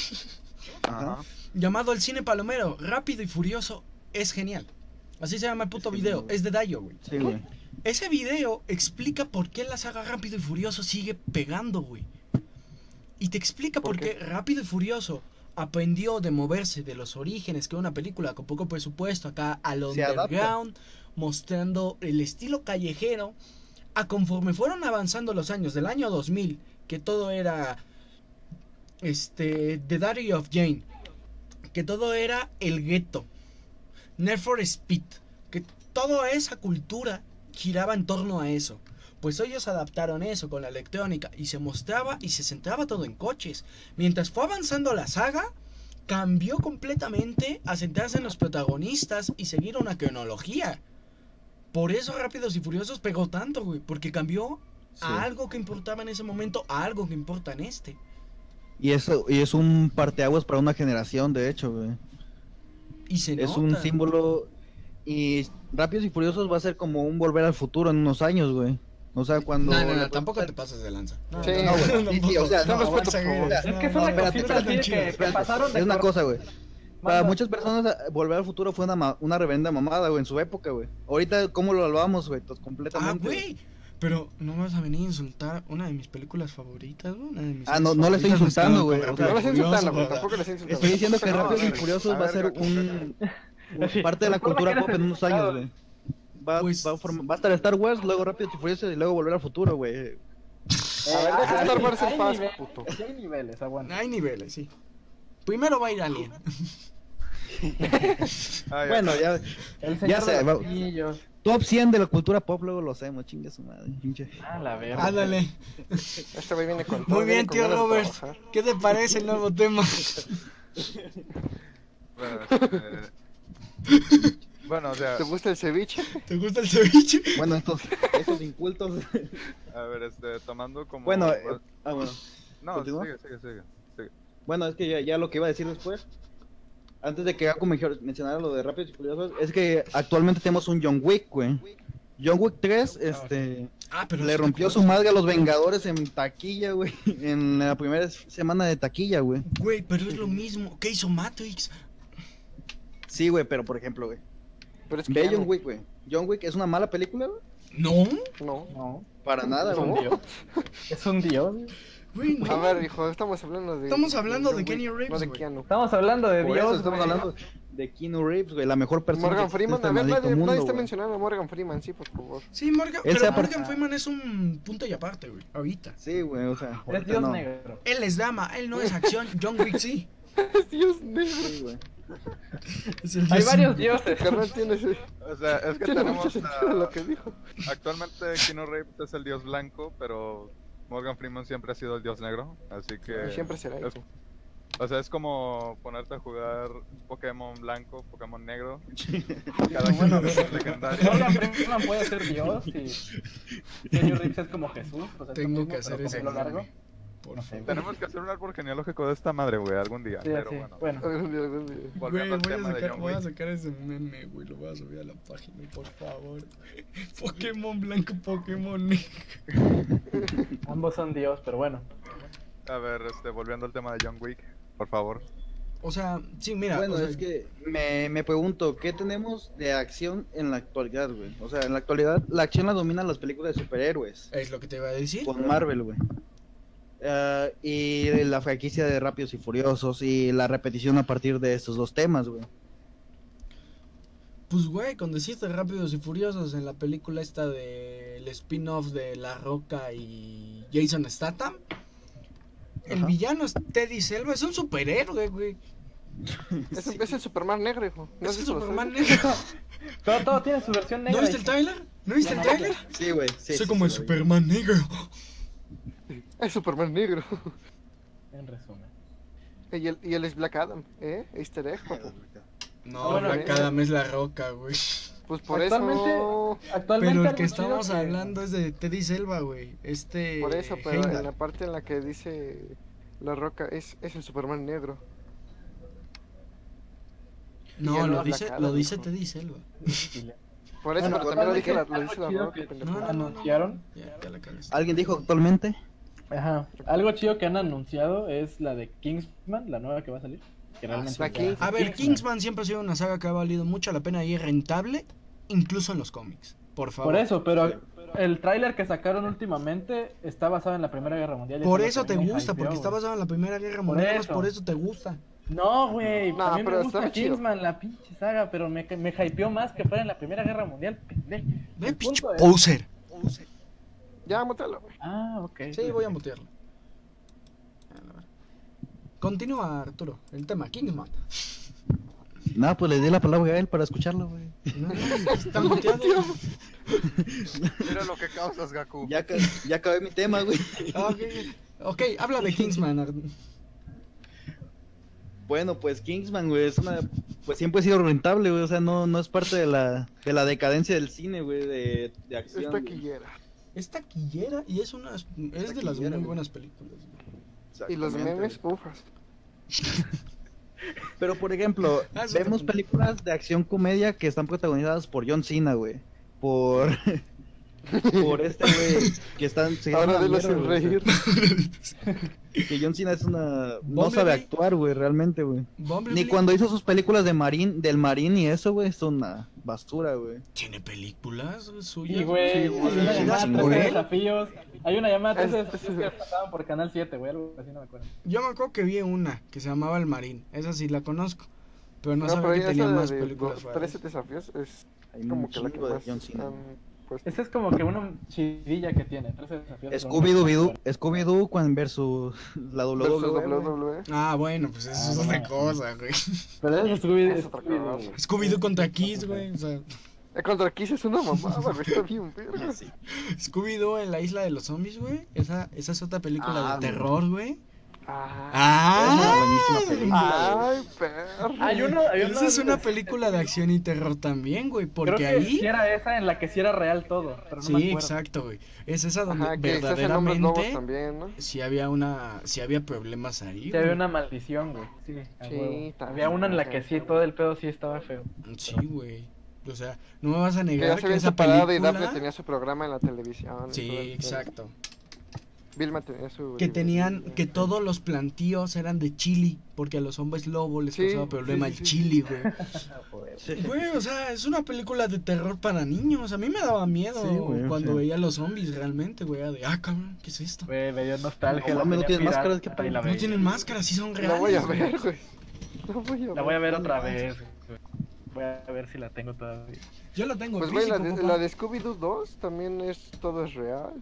E: Ajá.
A: llamado El cine palomero, rápido y furioso, es genial. Así se llama el puto
E: Es genial,
A: video,
E: güey.
A: es de Dayo, güey.
E: Sí, güey.
A: Ese video explica por qué la saga Rápido y Furioso sigue pegando, güey. Y te explica por,
D: ¿Por
A: qué? Rápido y Furioso aprendió de moverse de los orígenes que una película con poco presupuesto acá al
E: Se adapta.
A: underground, mostrando el estilo callejero, a conforme fueron avanzando los años del año 2000, que todo era este The Diary of Jane, que todo era el gueto, Need for Speed, que toda esa cultura giraba en torno a eso. Pues ellos adaptaron eso con la electrónica y se mostraba y se centraba todo en coches. Mientras fue avanzando la saga, cambió completamente a centrarse en los protagonistas y seguir una cronología. Por eso Rápidos y Furiosos pegó tanto, güey, porque cambió a
E: Sí.
A: algo que importaba en ese momento a algo que importa en este.
E: Y eso y es un parteaguas para una generación, de hecho, güey.
A: Y se
E: Es un
A: nota.
E: símbolo y Rápidos y Furiosos va a ser como un volver al futuro en unos años, güey. O sea, cuando
A: No, no,
E: le-
A: no, tampoco te pases de lanza. No,
D: Sí.
A: no,
E: No, güey. Sí, sí, o sea, no,
A: tampoco
D: respeto,
A: exageres.
D: por favor.
C: Es que es
A: No, espérate,
C: una cosita
A: espérate,
C: así de
A: tranquilo,
C: que- que
A: espérate.
C: pasaron de
E: es una
C: corto-
E: cosa, güey. Para
C: Manda.
E: muchas personas, a- volver al futuro fue una, ma- una reverenda mamada, güey, en su época, güey. Ahorita, ¿cómo lo hablábamos, güey? Entonces,
A: Ah,
E: completamente.
A: güey. Pero no vas a venir a insultar una de mis películas favoritas, güey, una de mis
E: Ah,
A: series
E: no- no le estoy
A: favoritas, me
E: insultando,
A: está dando
E: güey,
D: No
E: o
D: le
A: Rápido
D: estoy
A: y Furioso,
D: insultando, güey.
A: güey.
D: Tampoco le estoy insultando.
E: Estoy diciendo que
B: No, a
E: Rápidos y
B: ver,
E: Furiosos
B: a
E: va
B: ver,
E: a ser
B: Gato.
E: un,
C: Así,
E: parte de la
C: recuerda
E: cultura
C: que eres
E: pop en unos
C: diputado.
E: años, güey. Va,
A: Pues-
E: va a form- va a estar Star Wars, luego Rápidos y Furiosos y luego volver al futuro, güey.
D: A ver, deja
C: Hay-
D: Star Wars en
C: hay
D: paz,
C: niveles,
D: puto.
C: sí Hay niveles, aguanta.
A: Hay niveles, sí. Primero va a ir Alien.
B: Ah, ya.
E: Bueno, ya
C: El
E: Ya
C: señor
E: sé,
C: de
E: va-
C: los anillos.
E: top 100 de la cultura pop luego lo hacemos, chingue su madre. pinche.
C: Ah, la verga.
A: Ándale.
D: Este güey viene con todo,
A: Muy bien,
D: viene con
A: tío
D: ganas de
A: Robert.
D: trabajar.
A: ¿Qué te parece el nuevo tema?
B: Bueno, eh, bueno, o sea,
D: ¿Te gusta el ceviche?
A: ¿Te gusta el ceviche?
E: Bueno, estos, estos incultos.
B: a ver, este, tomando como...
E: Bueno, eh, ah, bueno.
B: no,
E: ¿continúa?
B: sigue, sigue, sigue.
E: Bueno, es que ya, ya lo que iba a decir después, antes de que Gaku mencio- mencionara lo de Rápidos y Furiosos, es que actualmente tenemos un John Wick, güey. John Wick 3, este,
A: Ah, pero
E: le
A: sí te
E: rompió su
A: acuerdas.
E: madre a los Vengadores en taquilla, güey. En la primera semana de taquilla, güey.
A: Güey, pero es lo mismo. ¿Qué hizo Matrix?
E: Sí, güey, pero por ejemplo, güey.
D: Pero es que
E: Ve
D: ya
E: John
D: no.
E: Wick, güey. John Wick es una mala película, güey.
A: No,
D: No.
C: No,
E: Para nada,
C: es un
E: güey.
C: dios. Es un dios.
A: güey, no.
D: A ver, hijo, estamos hablando de.
A: Estamos hablando de Kenny
D: Reeves. No
A: Reeves,
D: de
A: güey.
D: Keanu.
C: Estamos hablando de
E: Por
C: dios.
E: eso estamos
C: güey.
E: hablando de Keanu Reeves, güey, la mejor persona
D: Morgan
E: que existe
D: Freeman,
E: en este
D: a ver,
E: maldito
D: nadie, nadie
E: mundo,
D: está
E: güey.
D: mencionando a Morgan Freeman, sí, por favor.
A: Sí, Morgan,
E: Él
A: pero
E: se ha-
A: Morgan Freeman es un punto y aparte, güey, ahorita.
E: Sí, güey, o sea.
C: Es
E: ahorita
C: dios
E: no.
C: negro.
A: Él es dama, él no es acción, John Wick sí.
D: Dios negro.
E: Sí, güey.
A: Es el
C: Hay
A: dios-
C: varios dioses.
D: Carnal tiene, tiene
B: O sea, es que
D: mucho
B: tenemos...
D: sentido
B: a-
D: lo que dijo.
B: Actualmente Keanu Reeves es el dios blanco, pero Morgan Freeman siempre ha sido el dios negro, así que...
D: Y siempre será
B: es-
D: eso.
B: O sea, es como ponerte a jugar Pokémon blanco, Pokémon negro. Cada quien tiene su legendario.
C: Morgan Freeman puede ser dios y Keanu Reeves es como Jesús. pues, es lo
A: Tengo
C: mismo,
A: que hacer
C: pero con
A: ese
C: pelo largo.
A: meme, Por
C: No sé,
A: favor.
B: Tenemos que hacer un árbol genealógico de esta madre, güey, algún día.
C: Sí,
B: pero
C: sí.
B: bueno,
C: Bueno,
D: Algún día, algún día.
A: Güey,
B: volviendo al
A: voy a,
B: tema de
A: sacar,
B: John
A: voy a
B: Wick.
A: sacar ese meme, güey. Lo voy a subir a la página, por favor. Pokémon blanco, Pokémon negro.
C: ambos son dios, pero bueno.
B: A ver, este, volviendo al tema de John Wick, por favor.
A: O sea, sí, mira.
E: Bueno,
A: o sea,
E: es que me, me pregunto, ¿qué tenemos de acción en la actualidad, güey? O sea, en la actualidad la acción la dominan las películas de superhéroes,
A: Es lo que te iba a decir.
E: con Marvel, güey. Ah, y la franquicia de Rápidos y Furiosos y la repetición a partir de estos dos temas, güey.
A: Pues, güey, cuando hiciste Rápidos y Furiosos en la película esta del spin-off de La Roca y Jason Statham, el
E: Ajá.
A: villano es Teddy Selva, es un superhéroe, güey.
D: Es, es el Superman negro, hijo. No
A: es
D: sé
A: un
D: si lo
A: Superman
D: sabes.
A: negro.
C: Todo, todo tiene su versión negra.
A: ¿No viste el
C: hijo.
A: trailer? ¿No viste el
C: No, no,
A: trailer?
E: Sí, güey. sí,
A: Soy
E: sí,
A: como el
E: sí, güey.
A: Superman negro.
D: Es Superman negro.
C: En resumen.
D: Y él, y él es Black Adam, ¿eh? Easter egg, papu.
A: No,
C: Bueno,
A: Black
D: eh.
A: Adam es La Roca, güey.
D: Pues por
C: Actualmente-
D: eso.
C: Actualmente
A: Pero el
C: algo
A: que
C: chido
A: estamos
C: que-
A: hablando es de Teddy Selva, güey. Este.
D: Por eso, pero
A: Heimdall.
D: en la parte en la que dice La Roca es, es el Superman negro. Y
A: No,
D: ya no
A: lo
D: es
A: dice,
D: Black Adam,
A: lo dice
D: hijo.
A: Teddy Selva.
D: Por eso,
E: Bueno,
D: pero también lo dije la, lo
C: ¿eh? algo
D: dice la
C: chido
D: Roca,
C: que-
D: pendejo.
A: No, no, no.
C: anunciaron.
A: Ya, ya la cagaste.
E: ¿Alguien dijo actualmente?
C: Ajá. Algo chido que han anunciado es la de Kingsman, la nueva que va a salir. Que realmente
D: la
C: está-
D: King-
A: A ver, Kingsman. siempre ha sido una saga que ha valido mucho la pena y es rentable, incluso en los cómics. Por favor.
C: Por eso, pero el tráiler que sacaron últimamente está basado en la Primera Guerra Mundial. y
A: Por
C: lo
A: eso
C: que
A: te
C: me
A: gusta,
C: hypeó,
A: porque
C: güey.
A: está basado en la Primera Guerra
C: Por
A: Mundial,
C: eso.
A: por eso te gusta.
C: No, güey,
D: No,
C: a mí me
D: pero
C: gusta
D: estaba chido.
C: Kingsman, la pinche saga, pero me, me hypeó más que fuera en la Primera Guerra Mundial, pendejo.
A: Ve,
C: El
A: pinche
C: punto es-
A: poser.
D: Ya, mátalo, güey.
C: Ah, ok.
A: Sí, voy a mutearlo. Continúa, Arturo, el tema Kingsman.
E: No, pues le di la palabra a él para escucharlo, güey.
A: No, no, está muteado.
B: Mira lo que causas, Gaku.
E: Ya, ca- ya acabé mi tema, güey.
A: Ok, ok, habla de Kingsman. Ar-
E: Bueno, pues Kingsman, güey, es una... Pues siempre ha sido rentable, güey, o sea, no, no es parte de la, de la decadencia del cine, güey, de, de acción.
D: Es
E: güey.
D: taquillera.
A: Es taquillera y es una es de las
E: taquillera,
A: muy
E: güey.
A: buenas películas. güey.
D: Y los
E: Exactamente,
D: memes,
E: güey.
D: ufas.
E: Pero, por ejemplo,
A: Ah, es otro
E: vemos
A: punto.
E: películas de acción comedia que están protagonizadas por John Cena, güey. Por... por este güey que están se
D: Ahora
E: llama
D: de los
E: mierda,
D: sin
E: güey, o sea,
D: reír.
E: que John Cena es una no
A: Bumblebee.
E: sabe actuar, güey, realmente, güey. Ni
A: Bumblebee
E: cuando hizo sus películas de Marín, del Marín y eso, güey, es una basura, güey.
A: tiene películas suyas.
C: Y, güey,
E: Sí,
C: hay
E: güey.
C: una llamada
E: Sí,
C: a
E: güey.
C: tres desafíos. Hay una llamada a tres
D: Es-
C: desafíos que pasaban por Canal 7, güey, algo así, no me acuerdo.
A: Yo me acuerdo que vi una que se llamaba El Marín. Esa sí la conozco. Pero no,
D: No,
A: sabía
D: pero
A: que
D: esa
A: tenía
D: de-
A: más
D: de
A: películas.
D: los
A: raras.
D: 13 desafíos es
E: Hay
D: como
E: un
D: que la que
E: chingo de
D: más
E: John Cena.
D: han puesto.
C: Ese es como que una chidilla que tiene. Tres desafíos.
E: Scooby-Doo, Scooby-Doo cuan- versus la
D: Versus E.
E: WWE. güey.
D: WWE.
A: Ah, bueno, pues eso
C: Ah,
A: es otra
C: no.
A: cosa, güey.
C: Pero es
D: Es
C: Scooby-Doo.
D: otra
C: Scooby-Doo,
D: cosa.
A: Scooby-Doo contra Kiss, güey. O sea,
D: Eh, Contra Kiss es una mamada, güey. Está bien, verga.
A: Scooby-Doo en la isla de los zombies, güey. Esa, esa es otra película de
E: Ah, güey.
A: terror, güey.
D: Ah,
E: Es una
A: ¡Ah!
E: buenísima película.
D: Ay, perro.
C: Hay uno, hay uno
A: Esa es una película de acción y terror también, güey.
C: Creo
A: Porque
C: que
A: ahí.
C: sí era esa en la que sí era real todo, pero no me
A: Sí,
C: acuerdo.
A: exacto, güey. Es esa donde
D: Ajá, que se hacen hombres lobos
A: verdaderamente
D: también, ¿no?
A: sí había una. Sí había problemas ahí.
C: Sí, había
A: güey.
C: una maldición, güey. Sí, a
D: Sí,
C: huevo.
D: también.
C: Había una en la que sí, todo el pedo sí estaba feo.
A: Sí, güey. O sea, no me vas a
D: Que ya
A: negar
D: se
A: que
D: habían
A: esa
D: separado
A: película.
D: y Daphne tenía su programa en la televisión. y todo
A: Sí,
D: el-
A: exacto.
D: Vilma tenía su.
A: Que tenían, que todos los plantíos eran de chili, porque a los hombres lobo les
D: Sí,
A: causaba problema
D: sí,
A: el
D: sí, sí.
A: chili, güey.
E: Sí.
A: Güey, o sea, es una película de terror para niños. A mí me daba miedo
E: Sí, güey,
A: cuando
E: sí.
A: veía los zombies realmente, güey. era De, ah, cabrón, ¿qué es esto?
C: Güey, me dio nostalgia.
E: No
C: la
E: mames, no
C: tenía
E: tienen
C: pirata
E: máscaras, qué pedo.
C: y la
A: No
C: veía.
A: tienen máscara, sí son reales.
D: La voy a
A: güey.
D: ver, güey. La voy a ver.
C: La voy a ver otra vez. güey. Voy a ver si la tengo todavía.
A: Yo la tengo
D: Pues, güey,
A: físico,
D: la de,
A: papá.
D: la de Scooby-Doo 2 también es. Todo es real.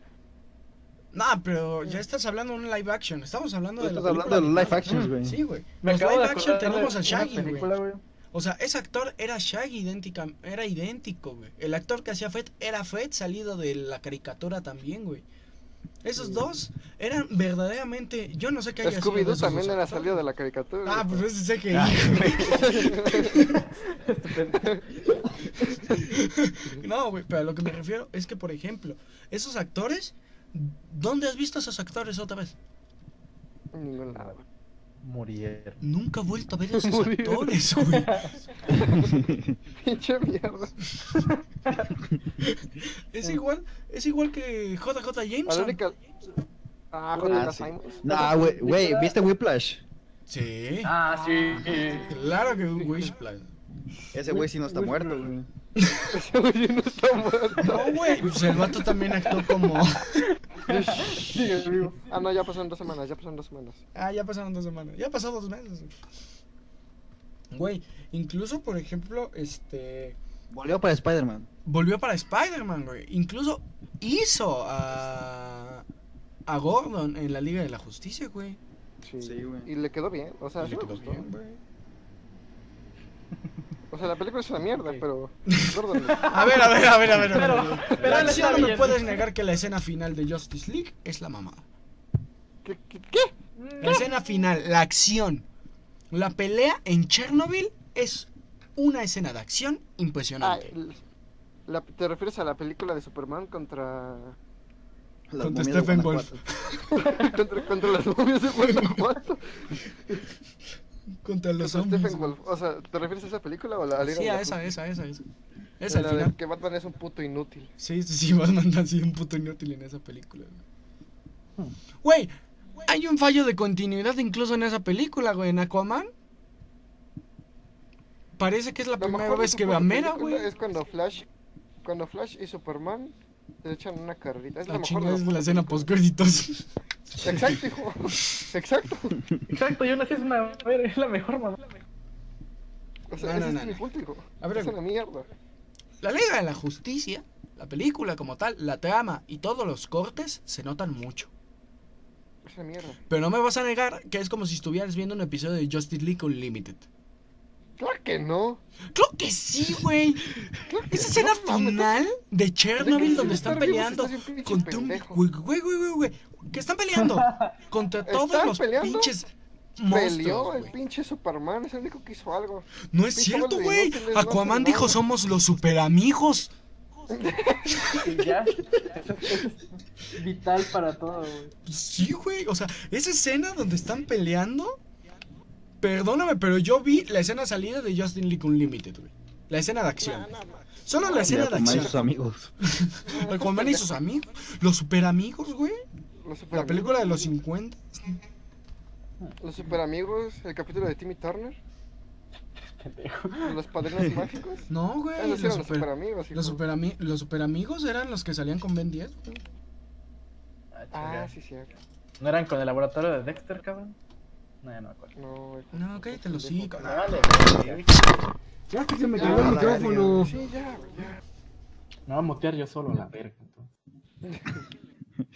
A: Nah, pero ya estás hablando de un live action. Estamos hablando
E: Tú
A: de la
E: estás hablando de los
A: película
E: live actions,
A: animada.
E: güey.
A: Sí, güey.
C: Me
A: Los
C: acabo
A: live
C: de
A: action
C: acordar de
A: tenemos a
C: una
A: Shaggy, güey.
C: película, güey.
A: O sea, ese actor era Shaggy, idéntica, era idéntico, güey. El actor que hacía Fed era Fed, salido de la caricatura también, güey. Esos dos eran verdaderamente. Yo no sé qué haya sido de
D: Scooby-Doo
A: esos
D: también
A: dos
D: era
A: actores.
D: salido de la caricatura.
A: Ah, pues ese sé que. no, güey, pero a lo que me refiero es que, por ejemplo, esos actores. ¿Dónde has visto a esos actores otra vez?
D: En ningún lado.
C: Murieron.
A: Nunca he vuelto a ver a esos
D: Muy bien.
A: actores, güey.
D: Pinche mierda.
A: Es igual, es igual que JJ
D: A la
A: Jameson.
D: única. Ah,
E: Ah,
D: joder, la
E: sí.
D: Simons.
E: Nah, güey, güey, ¿viste Whiplash?
A: Sí.
C: Ah, sí.
A: Claro que un Wish Plan.
E: Ese güey sí no está muerto, güey.
D: Ese güey no está muerto.
A: No, güey. Pues el vato también actuó como.
D: Sigue vivo. Ah, no, ya pasaron dos semanas, ya pasaron dos semanas.
A: Ah, ya pasaron dos semanas. Ya pasaron dos meses. Güey, incluso, por ejemplo, este.
E: Volvió para Spider-Man.
A: Volvió para Spider-Man, güey. Incluso hizo a. A Gordon en la Liga de la Justicia, güey.
D: Sí.
E: Sí, güey.
D: y le quedó bien, o sea,
A: Y
D: sí
A: le
D: me
A: quedó
D: gustó.
A: bien, güey.
D: O sea, la película es una mierda,
C: Sí.
D: pero. Gordon,
A: A ver, a ver, a ver, a ver. a ver.
C: Pero, pero
A: La
C: él está
A: acción no me
C: bien.
A: puedes negar que la escena final de Justice League es la mamada.
D: ¿Qué? ¿Qué? qué?
A: La escena final, la acción, la pelea en Chernobyl es una escena de acción
D: Ah,
A: impresionante.
D: el- la- ¿Te refieres a la película de Superman contra.
E: Las
A: Contra
E: momias de
A: Stephen
E: Guanajuato.
D: contra, contra las momias de Guanajuato?
A: Contra los
D: Contra
A: hombres.
D: Stephen Wolf. O sea, ¿te refieres a esa película o a la Liga
A: Sí,
D: de la
A: a esa,
D: Justicia?
A: esa, esa, esa. Esa al
D: La de
A: final.
D: Que Batman es un puto inútil.
A: Sí, sí, sí, Batman ha sido un puto inútil en esa película. güey.
D: Hmm.
A: Güey, hay un fallo de continuidad incluso en esa película, güey, en Aquaman. Parece que es la
D: Lo
A: primera
D: mejor de
A: vez
D: su
A: que ve
D: puta
A: a Mera,
D: película
A: güey.
D: Es cuando Flash, cuando Flash y Superman se echan una carrerita. Es la,
A: La
D: mejor
A: chingada es
D: puta
A: la escena
D: película.
A: post-créditos.
D: Exacto, hijo. Exacto.
C: Exacto, yo nací es una. Es la mejor mamá.
D: O sea,
A: No, no,
D: ese
A: no,
D: es mi
A: no.
D: punto, hijo.
A: A ver,
D: es una mierda.
A: La Liga de la Justicia, la película como tal, la trama y todos los cortes se notan mucho.
D: Es una mierda.
A: Pero no me vas a negar que es como si estuvieras viendo un episodio de Justice League Unlimited.
D: Claro que no.
A: Claro que sí, güey. Esa escena
D: No mames,
A: final de Chernobyl
D: Deja
A: donde
D: de
A: están
D: estar vivo,
A: peleando
D: si estás bien pinche
A: contra un...
D: pendejo.
A: Güey, güey, güey, güey, güey. ¿Qué están peleando? Contra todos
D: ¿Están
A: los
D: peleando?
A: pinches
D: Peleó
A: monstruos,
D: el
A: güey.
D: pinche Superman, es el único que hizo algo.
A: No es
D: pinche
A: cierto,
D: Batman
A: güey.
D: inútil, es más
A: Aquaman
D: que nada.
A: dijo somos los superamigos.
C: Y ya. Eso, eso es vital para todo, güey.
A: Sí, güey. O sea, esa escena donde están peleando. Perdóname, pero yo vi la escena salida de Justin League Unlimited, güey. La escena de acción. Solo la escena de
E: Ya, pues, más de sus
A: acción.
E: amigos.
A: Aquaman y sus amigos. Los super amigos, güey.
D: Los
A: La
D: superamigos.
A: película de los 50.
D: Los superamigos, el capítulo de Timmy Turner. Los padrinos mágicos.
A: No,
D: Ah,
A: güey.
D: no,
A: Los
D: sí eran los
A: super,
D: superamigos. hijo.
A: los, superami- los superamigos eran los que salían con Ben 10. güey.
C: Ah, chinga.
D: Ah, sí, cierto.
C: ¿No eran con el laboratorio de Dexter, cabrón? No, ya no me acuerdo.
D: No, hijo.
A: No, cállate los Ah, hocico.
C: Dale, güey.
F: Ya Ah, que se me
D: Ya,
F: cayó el
D: la verga.
F: micrófono.
D: Sí, ya, güey, ya.
C: Me voy a mutear yo solo, la verga. tú.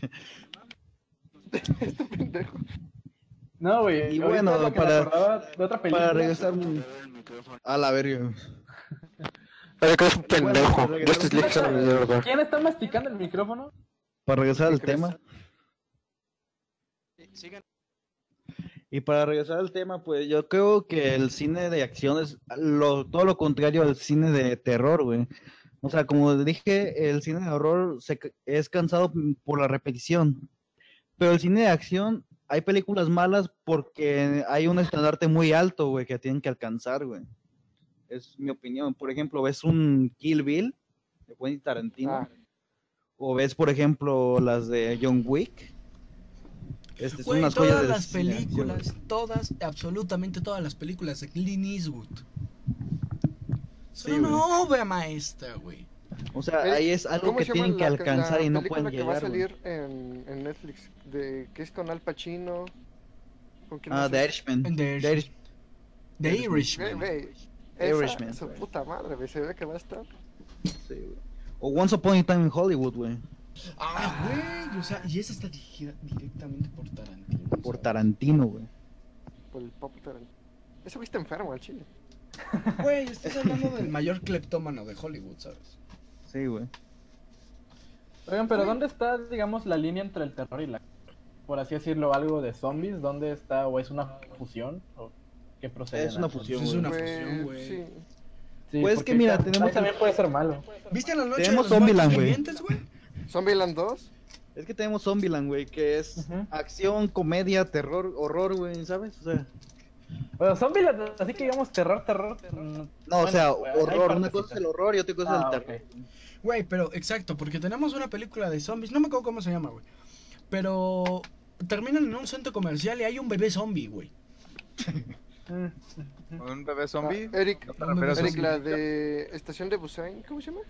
D: Este pendejo.
C: No, güey.
E: Y
C: ahorita
E: bueno,
C: lo que me
E: para-
C: acordaba de otra película.
E: Para regresar mm, a la verga.
D: Pero que es un
E: pendejo. Justice League
D: es
E: es una
D: mierda.
C: ¿Quién está masticando el micrófono?
E: Para regresar al
D: ¿Qué crees?
E: tema. Y para regresar al tema, pues yo creo que el cine de acción es lo, todo lo contrario al cine de terror, güey. O sea, como dije, el cine de horror se ca- es cansado m- por la repetición. Pero el cine de acción, hay películas malas porque hay un estandarte muy alto, güey, que tienen que alcanzar, güey. Es mi opinión. Por ejemplo, ves un Kill Bill de Quentin Tarantino.
D: Ah,
E: O ves, por ejemplo, las de John Wick. Este, son
A: Güey,
E: unas joyas
A: todas
E: del
A: las
E: cine de acción, güey.
A: películas, todas, absolutamente todas las películas de Clint Eastwood.
E: Sí,
A: Son una
E: güey.
A: obra maestra, güey.
E: O sea,
D: ¿Ves?
E: ahí es algo
D: ¿Cómo
E: que
D: se llama
E: tienen que
D: la-
E: alcanzar
D: la
E: y no
D: película
E: pueden
D: que va a
E: llegar. güey.
D: salir en, en Netflix, de, que es con Al Pacino. ¿Con quién
E: Ah,
D: más?
E: The Irishman.
A: The
E: The
A: Irish-
E: Irishman.
A: The
D: Ve,
A: Irishman.
D: ve, esa,
E: Irishman.
D: esa puta madre, güey, se ve que va a estar.
E: sí, güey. o Once Upon a Time in Hollywood, güey.
A: Ah, güey. O sea, y esa está dirigida directamente por Tarantino.
E: Por
A: ¿sabes?
E: Tarantino, güey.
D: Por el pop Tarantino. Ese güey está enfermo al chile.
A: Güey, estás hablando del mayor cleptómano de Hollywood, ¿sabes?
E: Sí, güey.
C: Oigan, pero ¿dónde está, digamos, la línea entre el terror y la... Por así decirlo, algo de zombies? ¿Dónde está? ¿O es una fusión? ¿O qué procede?
E: Es una
C: Ah,
E: fusión.
A: Pues es
E: güey.
A: una fusión, güey.
D: Sí.
C: Sí,
E: Pues es
C: porque
E: que mira,
C: tam-
E: tenemos-
C: También puede ser malo.
A: ¿Viste la noche
E: Tenemos
A: de los muertos
E: Zombieland, güey.
A: vivientes, güey?
D: Zombieland 2.
E: Es que tenemos Zombieland, güey, que es
C: Ujú.
E: acción, comedia, terror, horror, güey, ¿sabes? O sea,
C: Bueno, zombies, así que digamos terror, terror. No,
E: no, o sea, horror. Una cosa
C: cosa
E: es el horror y otra cosa es
C: Ah,
E: el
C: ok.
E: terror.
A: Güey, pero exacto, porque tenemos una película de zombies, no me acuerdo cómo se llama, güey. Pero terminan en un centro comercial y hay un bebé zombie, güey.
B: ¿Un bebé zombie?
D: Ah, Eric,
B: ¿No te refieres a
D: Eric,
A: sí.
D: la de Estación de Busan, ¿cómo se llama?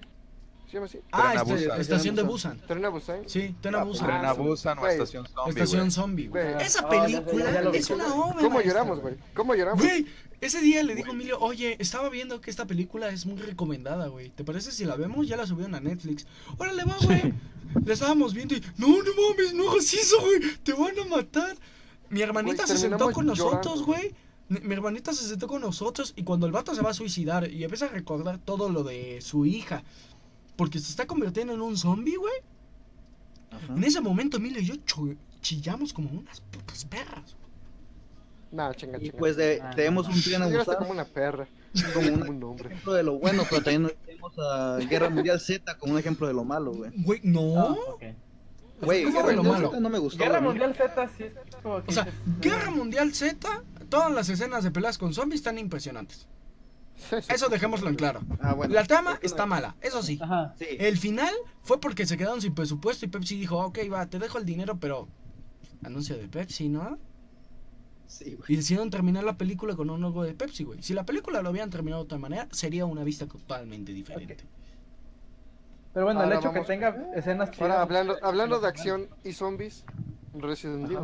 D: ¿Se llama así?
A: Ah,
B: Tren a
A: este-
B: Busan.
A: estación de Busan.
D: ¿Tren a Busan?
A: Sí, Tren
E: Ah,
A: a
E: pues,
A: Busan.
B: Tren
D: Ah,
B: Abusan o
D: güey.
B: Estación Zombie,
A: Estación
B: güey.
A: zombie, güey.
D: Güey.
A: Esa
C: Ah,
A: película
C: ya, ya lo vi.
A: es una obra.
D: ¿Cómo
A: maestra,
D: lloramos, güey? ¿Cómo lloramos?
A: Güey, ese día le digo a Emilio, oye, estaba viendo que esta película es muy recomendada, güey. ¿Te parece si la vemos? Ya la subieron a Netflix. Órale, va, güey. La estábamos viendo y, no, no mames, no hagas eso, güey. Te van a matar. Mi hermanita
D: Güey,
A: se sentó
D: terminamos
A: con nosotros,
D: llorando.
A: güey. Mi mi hermanita se sentó con nosotros y cuando el vato se va a suicidar y empieza a recordar todo lo de su hija, porque se está convirtiendo en un zombie, güey.
D: Ah.
E: Ajá.
A: En ese momento, Emilio y yo cho- chillamos como unas putas perras.
D: Nah, chinga,
E: Y
D: chinga.
E: pues de-
C: Ah,
E: tenemos un tren
D: Tú lloraste como
E: abusado,
D: una perra.
E: como
D: Como
E: una
D: un hombre.
E: ejemplo de lo bueno, pero también tenemos a Guerra Mundial Z como un ejemplo de lo malo, güey.
A: Güey, no.
C: Ah, ok. Pues
E: Güey,
A: ¿cómo
E: Guerra
A: de lo
E: Mundial
A: malo?
E: Z no me gustó.
C: Guerra
E: güey.
C: Mundial Z sí es como que
A: O sea,
C: dices,
A: Guerra Mundial Z, todas las escenas de peleas con zombies están impresionantes. Eso dejémoslo en claro.
E: Ah, bueno.
A: La trama está mala, eso sí.
C: Ajá.
E: Sí.
A: El final fue porque se quedaron sin presupuesto y Pepsi dijo, ok, va, te dejo el dinero, pero... Anuncio de Pepsi, ¿no?
E: Sí, güey.
A: Y decidieron terminar la película con un logo de Pepsi, güey. Si la película lo hubieran terminado de otra manera, sería una vista totalmente diferente.
C: Pero bueno,
D: Ahora
C: el hecho
D: vamos-
C: que tenga escenas
D: Ahora,
C: chidas-
D: hablando, hablando de acción y zombies, Resident Evil.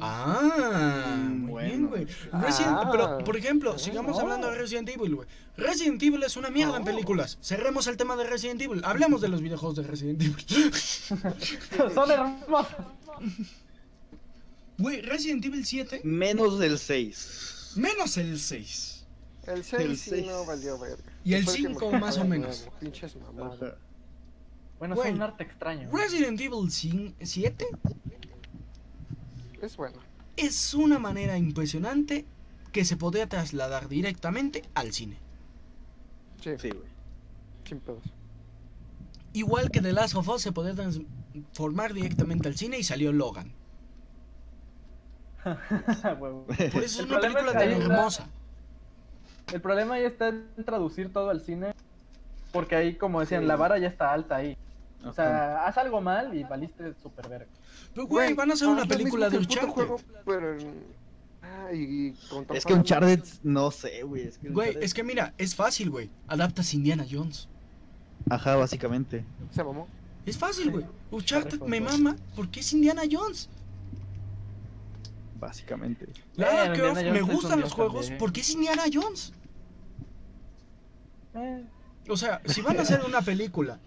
A: Ah, muy bien,
E: bueno.
A: güey. Resident-
D: Ah.
A: pero, por ejemplo, sigamos
C: no.
A: hablando de Resident Evil, güey. Resident Evil es una mierda en películas. Cerremos el tema de Resident Evil. Hablemos de los videojuegos de Resident Evil.
C: Son hermosas.
A: Güey, Resident Evil 7,
E: Menos del 6.
A: menos el 6.
D: El 6
E: El
D: sí
E: seis.
D: no valió verga.
A: Y el
D: Fue que me
A: 5
D: quedé
A: más
C: "Ah,
A: o
D: de
A: menos.
D: nuevo, Pinches mamadas.
C: Bueno,
A: Güey.
C: son un arte extraño.
A: Resident Evil 7
D: Es bueno.
A: es una manera impresionante que se podría trasladar directamente al cine.
D: Sí,
E: Sí, güey.
D: sin pedos.
A: Igual que The Last of Us se podría transformar directamente al cine y salió Logan.
C: Huevo.
A: Por eso es
C: El
A: una
C: problema
A: película
C: es que
A: tan
C: ahí está-
A: hermosa.
C: El problema ahí está en traducir todo al cine. Porque ahí, como decían, la vara ya está alta ahí. O sea, haz algo mal y valiste super verga.
A: Pero, güey, van a hacer
D: haz
A: una
D: Ah, lo
A: película de
D: mismo que el
A: Uncharted.
D: puto juego, pero en- Ah, y con
E: Es que Uncharted, no sé, güey. Es que
A: Güey,
E: Uncharted-
A: es que mida, es fácil, güey. Adaptas Indiana Jones.
E: Ajá, básicamente.
D: Se mamó.
A: Es fácil, güey. Uncharted
C: Correcto,
A: me
C: correcto.
A: mama porque es Indiana Jones.
C: Eh,
E: Básicamente.
A: Lara
C: Bueno,
A: Croft
C: Indiana
A: me
C: Jones es
A: gustan
C: un
A: los
C: dios
A: juegos
C: también.
A: porque es Indiana Jones.
C: Eh,
A: O sea, si van a hacer una película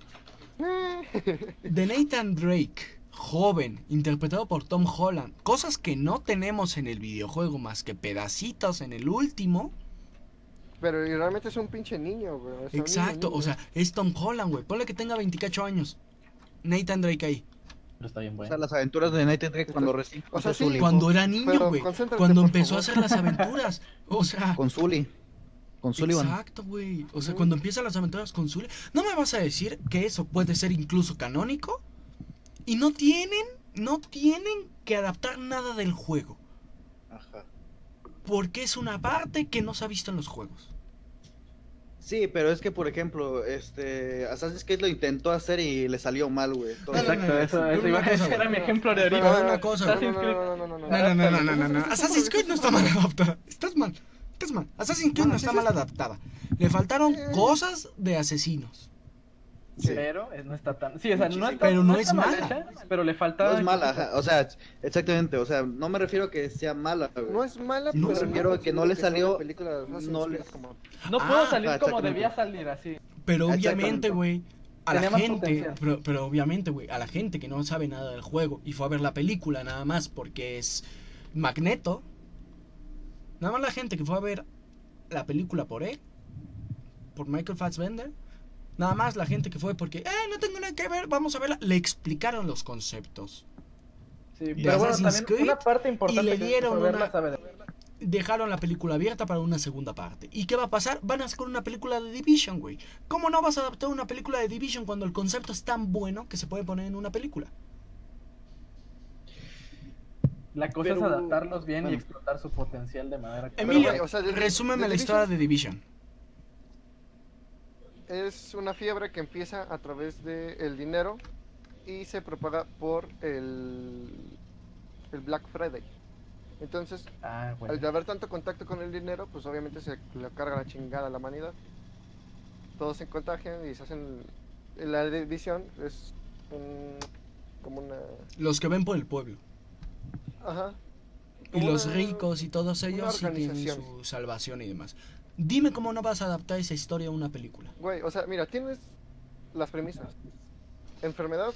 A: de Nathan Drake, joven, interpretado por Tom Holland, cosas que no tenemos en el videojuego más que pedacitos en el último.
D: Pero y realmente es un pinche niño, güey. es un niño,
A: Exacto,
D: niño.
A: o sea, es Tom Holland, güey. Ponle que tenga 28 años. Nathan Drake ahí.
C: pero está bien
E: O
C: bueno.
E: sea, las aventuras de United Drake cuando recién
D: O sea, sí. pues,
A: Cuando era niño,
D: Pero
A: güey.
D: concéntrate,
A: Cuando
D: por
A: empezó a
D: favor.
A: hacer las aventuras. O sea,
E: con Zully. Con Sullivan.
A: Exacto, güey. O sea,
D: Ujú.
A: cuando empiezan las aventuras con Zully, ¿no me vas a decir que eso puede ser incluso canónico? Y no tienen, no tienen que adaptar nada del juego,
E: Ajá.
A: porque es una parte que no se ha visto en los juegos.
E: Sí, pero es que, por ejemplo, este Assassin's Creed lo intentó hacer y le salió mal, güey. Entonces-
A: No, no, no,
C: Exacto, eso,
A: pero
C: eso iba
A: una
C: a
A: cosa,
C: era mi ejemplo de
A: Pero
C: ahorita.
A: una cosa,
D: No,
A: güey.
D: no, no, no, no,
A: No, no,
D: no,
A: no, no, no, no,
D: Eso-
A: no.
D: eso- eso-
A: Assassin's Creed no está mal adaptada. Estás mal. Estás mal. Assassin's Creed no está mal adaptada. Le faltaron cosas de asesinos.
E: Sí.
C: Pero eh, no está tan. Sí, o sea, no está,
A: Pero no
C: está
A: es
C: mal
A: mala.
C: hecha, pero le faltaba.
E: No es mala, ajá, o sea, exactamente, o sea, no me refiero a que sea mala, güey.
D: No es mala, pues,
A: No,
D: pero
A: me
E: refiero a que no le
D: sea una
E: salió-
D: película de Assassin's
E: no
D: Creed
E: le-
D: como-
C: No
A: Ah,
C: pudo salir
E: ajá,
C: como
E: exactamente.
C: debía salir, así.
A: Pero obviamente,
E: Exactamente.
A: güey, a la
C: Tenía más
A: gente,
C: potencial.
A: pero, pero obviamente, güey, a la gente que no sabe nada del juego y fue a ver la película nada más porque es Magneto, nada más la gente que fue a ver la película por él, por Michael Fassbender, nada más la gente que fue porque, eh, no tengo nada que ver, vamos a verla, le explicaron los conceptos.
C: Sí,
A: Y
C: pero bueno,
A: Assassin's
C: también
A: Creed,
C: una parte importante
A: le
C: que-
A: dieron
C: verla,
A: una-
C: sabe de-
A: Dejaron la película abierta para una segunda parte. ¿Y qué va a pasar? Van a sacar una película de Division, güey. ¿Cómo no vas a adaptar una película de Division cuando el concepto es tan bueno que se puede poner en una película?
C: La cosa
E: Pero-
C: es adaptarlos bien y
E: bueno.
C: explotar su potencial de manera que.
A: Emilio,
D: güey, o sea, de-
A: resúmeme
D: de
A: la
D: Division-
A: historia de Division.
D: Es una fiebre que empieza a través del dinero y se propaga por el, el Black Friday. Entonces,
C: Ah,
D: al
C: bueno.
D: haber tanto contacto con el dinero, pues obviamente se le carga la chingada a la humanidad. Todos se contagian y se hacen. La división es un- como una.
A: Los que ven por el pueblo.
D: Ajá.
A: Y
D: Como
A: los
D: una-
A: ricos y todos ellos sí tienen
D: organización.
A: su salvación y demás. Dime cómo no vas a adaptar esa historia a una película.
D: Güey, o sea, mira, tienes las premisas: enfermedad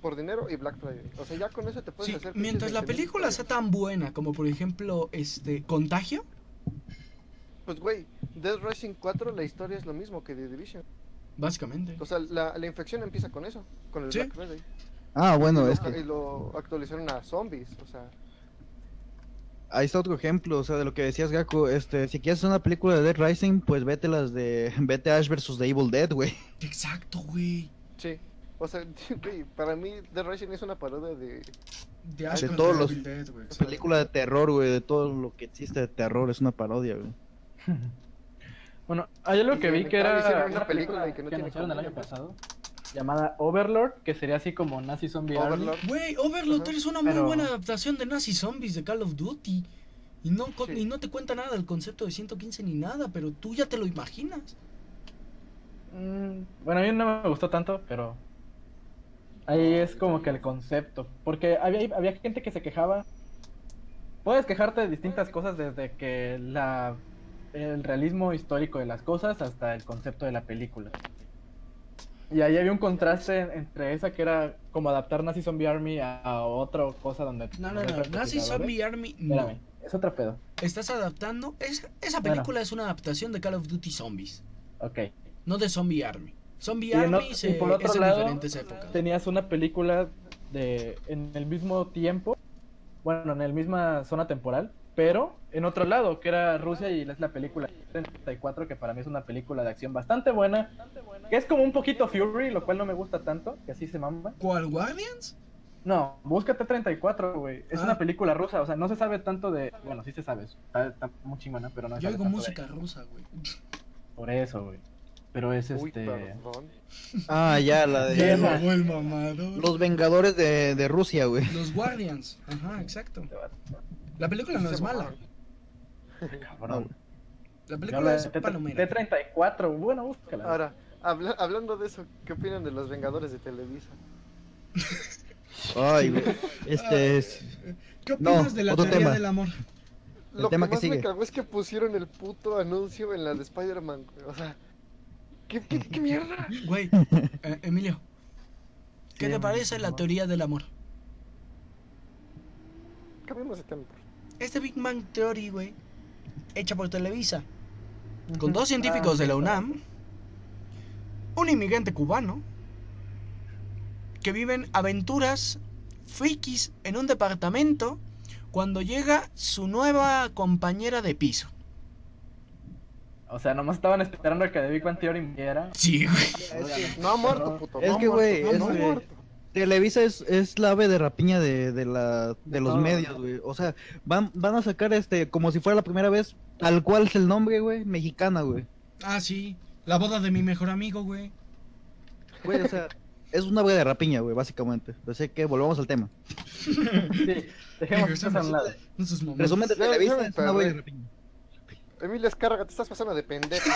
D: por dinero y Black Friday. O sea, ya con eso te puedes
A: Sí,
D: hacer. pinches
A: mientras la
D: 20.000
A: película sea
D: historias.
A: tan buena como por ejemplo este Contagio,
D: Pues, güey, Dead Rising 4, la historia es lo mismo que The Division.
A: básicamente.
D: O sea, la, la infección empieza con eso, con el
A: Sí.
D: Black Friday.
E: Ah, bueno, es
D: Y
E: que
D: lo actualizaron a zombies, o sea.
E: ahí está otro ejemplo, o sea, de lo que decías, Gaku, este, si quieres hacer una película de Dead Rising, pues vete las de, vete Ash versus The Evil Dead, güey.
A: Exacto, güey.
D: Sí. O sea, güey, para mí The Rising es una parodia de...
A: De,
E: De
A: contra
E: todos
A: The
E: los-
A: Evil Dead, güey.
E: Una película de terror, güey, de todo lo que existe de terror, es una parodia, güey.
C: Bueno, hay algo que vi que
D: Ah, hicieron
C: era
D: una película de que no tiene
C: anunciaron el
D: comedia,
C: año
D: pues.
C: pasado llamada Overlord, que sería así como Nazi Zombie Army.
D: Overlord.
A: Güey, Overlord
D: Ajá.
A: es una muy
C: Pero-
A: buena adaptación de Nazi Zombies de Call of Duty. Y no, co-
D: Sí.
A: y no te cuenta nada del concepto de 115 ni nada, pero tú ya te lo imaginas.
C: Mm, bueno, a mí no me gustó tanto, pero ahí es como que el concepto. Porque había, había gente que se quejaba. Puedes quejarte de distintas cosas, desde que la, el realismo histórico de las cosas hasta el concepto de la película. Y ahí había un contraste entre esa que era como adaptar Nazi Zombie Army a, a otra cosa donde.
A: No, no, no. Nazi Zombie Army no.
C: ¿eh? Espérame, es otro pedo.
A: Estás adaptando. es- esa
C: Bueno.
A: película es una adaptación de Call of Duty Zombies,
C: Ok.
A: no de Zombie Army. Zombie
C: Y en
A: Army
C: ot-
A: se,
C: y por otro
A: es en
C: lado,
A: diferentes épocas.
C: tenías una película de en el mismo tiempo, bueno, en la misma zona temporal, pero en otro lado, que era Rusia y es la película 34, que para mí es una película de acción bastante buena, que es como un poquito Fury, lo cual no me gusta tanto, que así se mama.
A: ¿Cuál Guardians?
C: No, búscate 34, güey. Es
A: Ah.
C: una película rusa, o sea, no se sabe tanto de. Bueno, sí se sabe, está, está muy chingona, pero no se
A: Yo
C: sabe
A: oigo
C: tanto de-
A: música rusa, güey.
C: Por eso, güey. Pero es
D: Uy,
C: este.
D: perdón.
E: Ah, ya, la
A: Ya
E: de
C: Bien.
A: mamó el mamador.
E: los Vengadores de, de Rusia, güey.
A: Los Guardians. Ajá, exacto. La película no
D: Se
A: es mala.
D: mamaron.
A: La
C: Cabrón. Yo hablo
A: película
C: de
A: es
C: T-
A: palomera.
C: T34, bueno, búscala. güey.
D: Ahora, habla- hablando de eso, ¿qué opinan de los Vengadores de Televisa?
E: Ay, güey. Este es.
A: ¿Qué opinas
E: No,
A: de la
E: otro
A: teoría
E: tema.
A: del amor?
E: El
D: Lo
E: tema
D: que
E: que
D: más me
E: sigue.
D: cagó es que pusieron el puto anuncio en la de Spider-Man, güey. O sea, ¿qué, qué, qué mierda?
A: Güey, eh, Emilio. ¿Qué
C: Sí,
A: te
C: amor,
A: parece la
C: amor.
A: teoría del amor?
D: Cambiemos de tema. por favor.
A: Este Big Bang Theory, güey, hecha por Televisa, con
C: Ujú.
A: dos científicos
C: Ah,
A: de la
C: sí,
A: UNAM, un inmigrante cubano, que viven aventuras frikis en un departamento cuando llega su nueva compañera de piso.
C: O sea, nomás estaban esperando a que The Big Bang Theory muriera.
A: Sí, güey.
D: No ha muerto, puto.
E: Es
D: no ha
E: que,
D: muerto,
E: güey,
D: no ha
E: es
D: muerto.
E: que- Televisa es, es la ave de rapiña de, de la, de los
C: No.
E: medios, güey. O sea, van, van a sacar este, como si fuera la primera vez, tal cual es el nombre, güey, mexicana, güey.
A: Ah, sí. La boda de mi mejor amigo, güey.
E: Güey, o sea, es una ave de rapiña, güey, básicamente. Así que volvamos al tema.
C: Sí, dejemos eso a un lado.
A: No sus mamás.
E: Resumen de
D: Ya- ya
E: Televisa
D: me
E: es una ave de
D: perdí.
E: rapiña.
D: Emilio Escarga, te estás pasando de pendejo.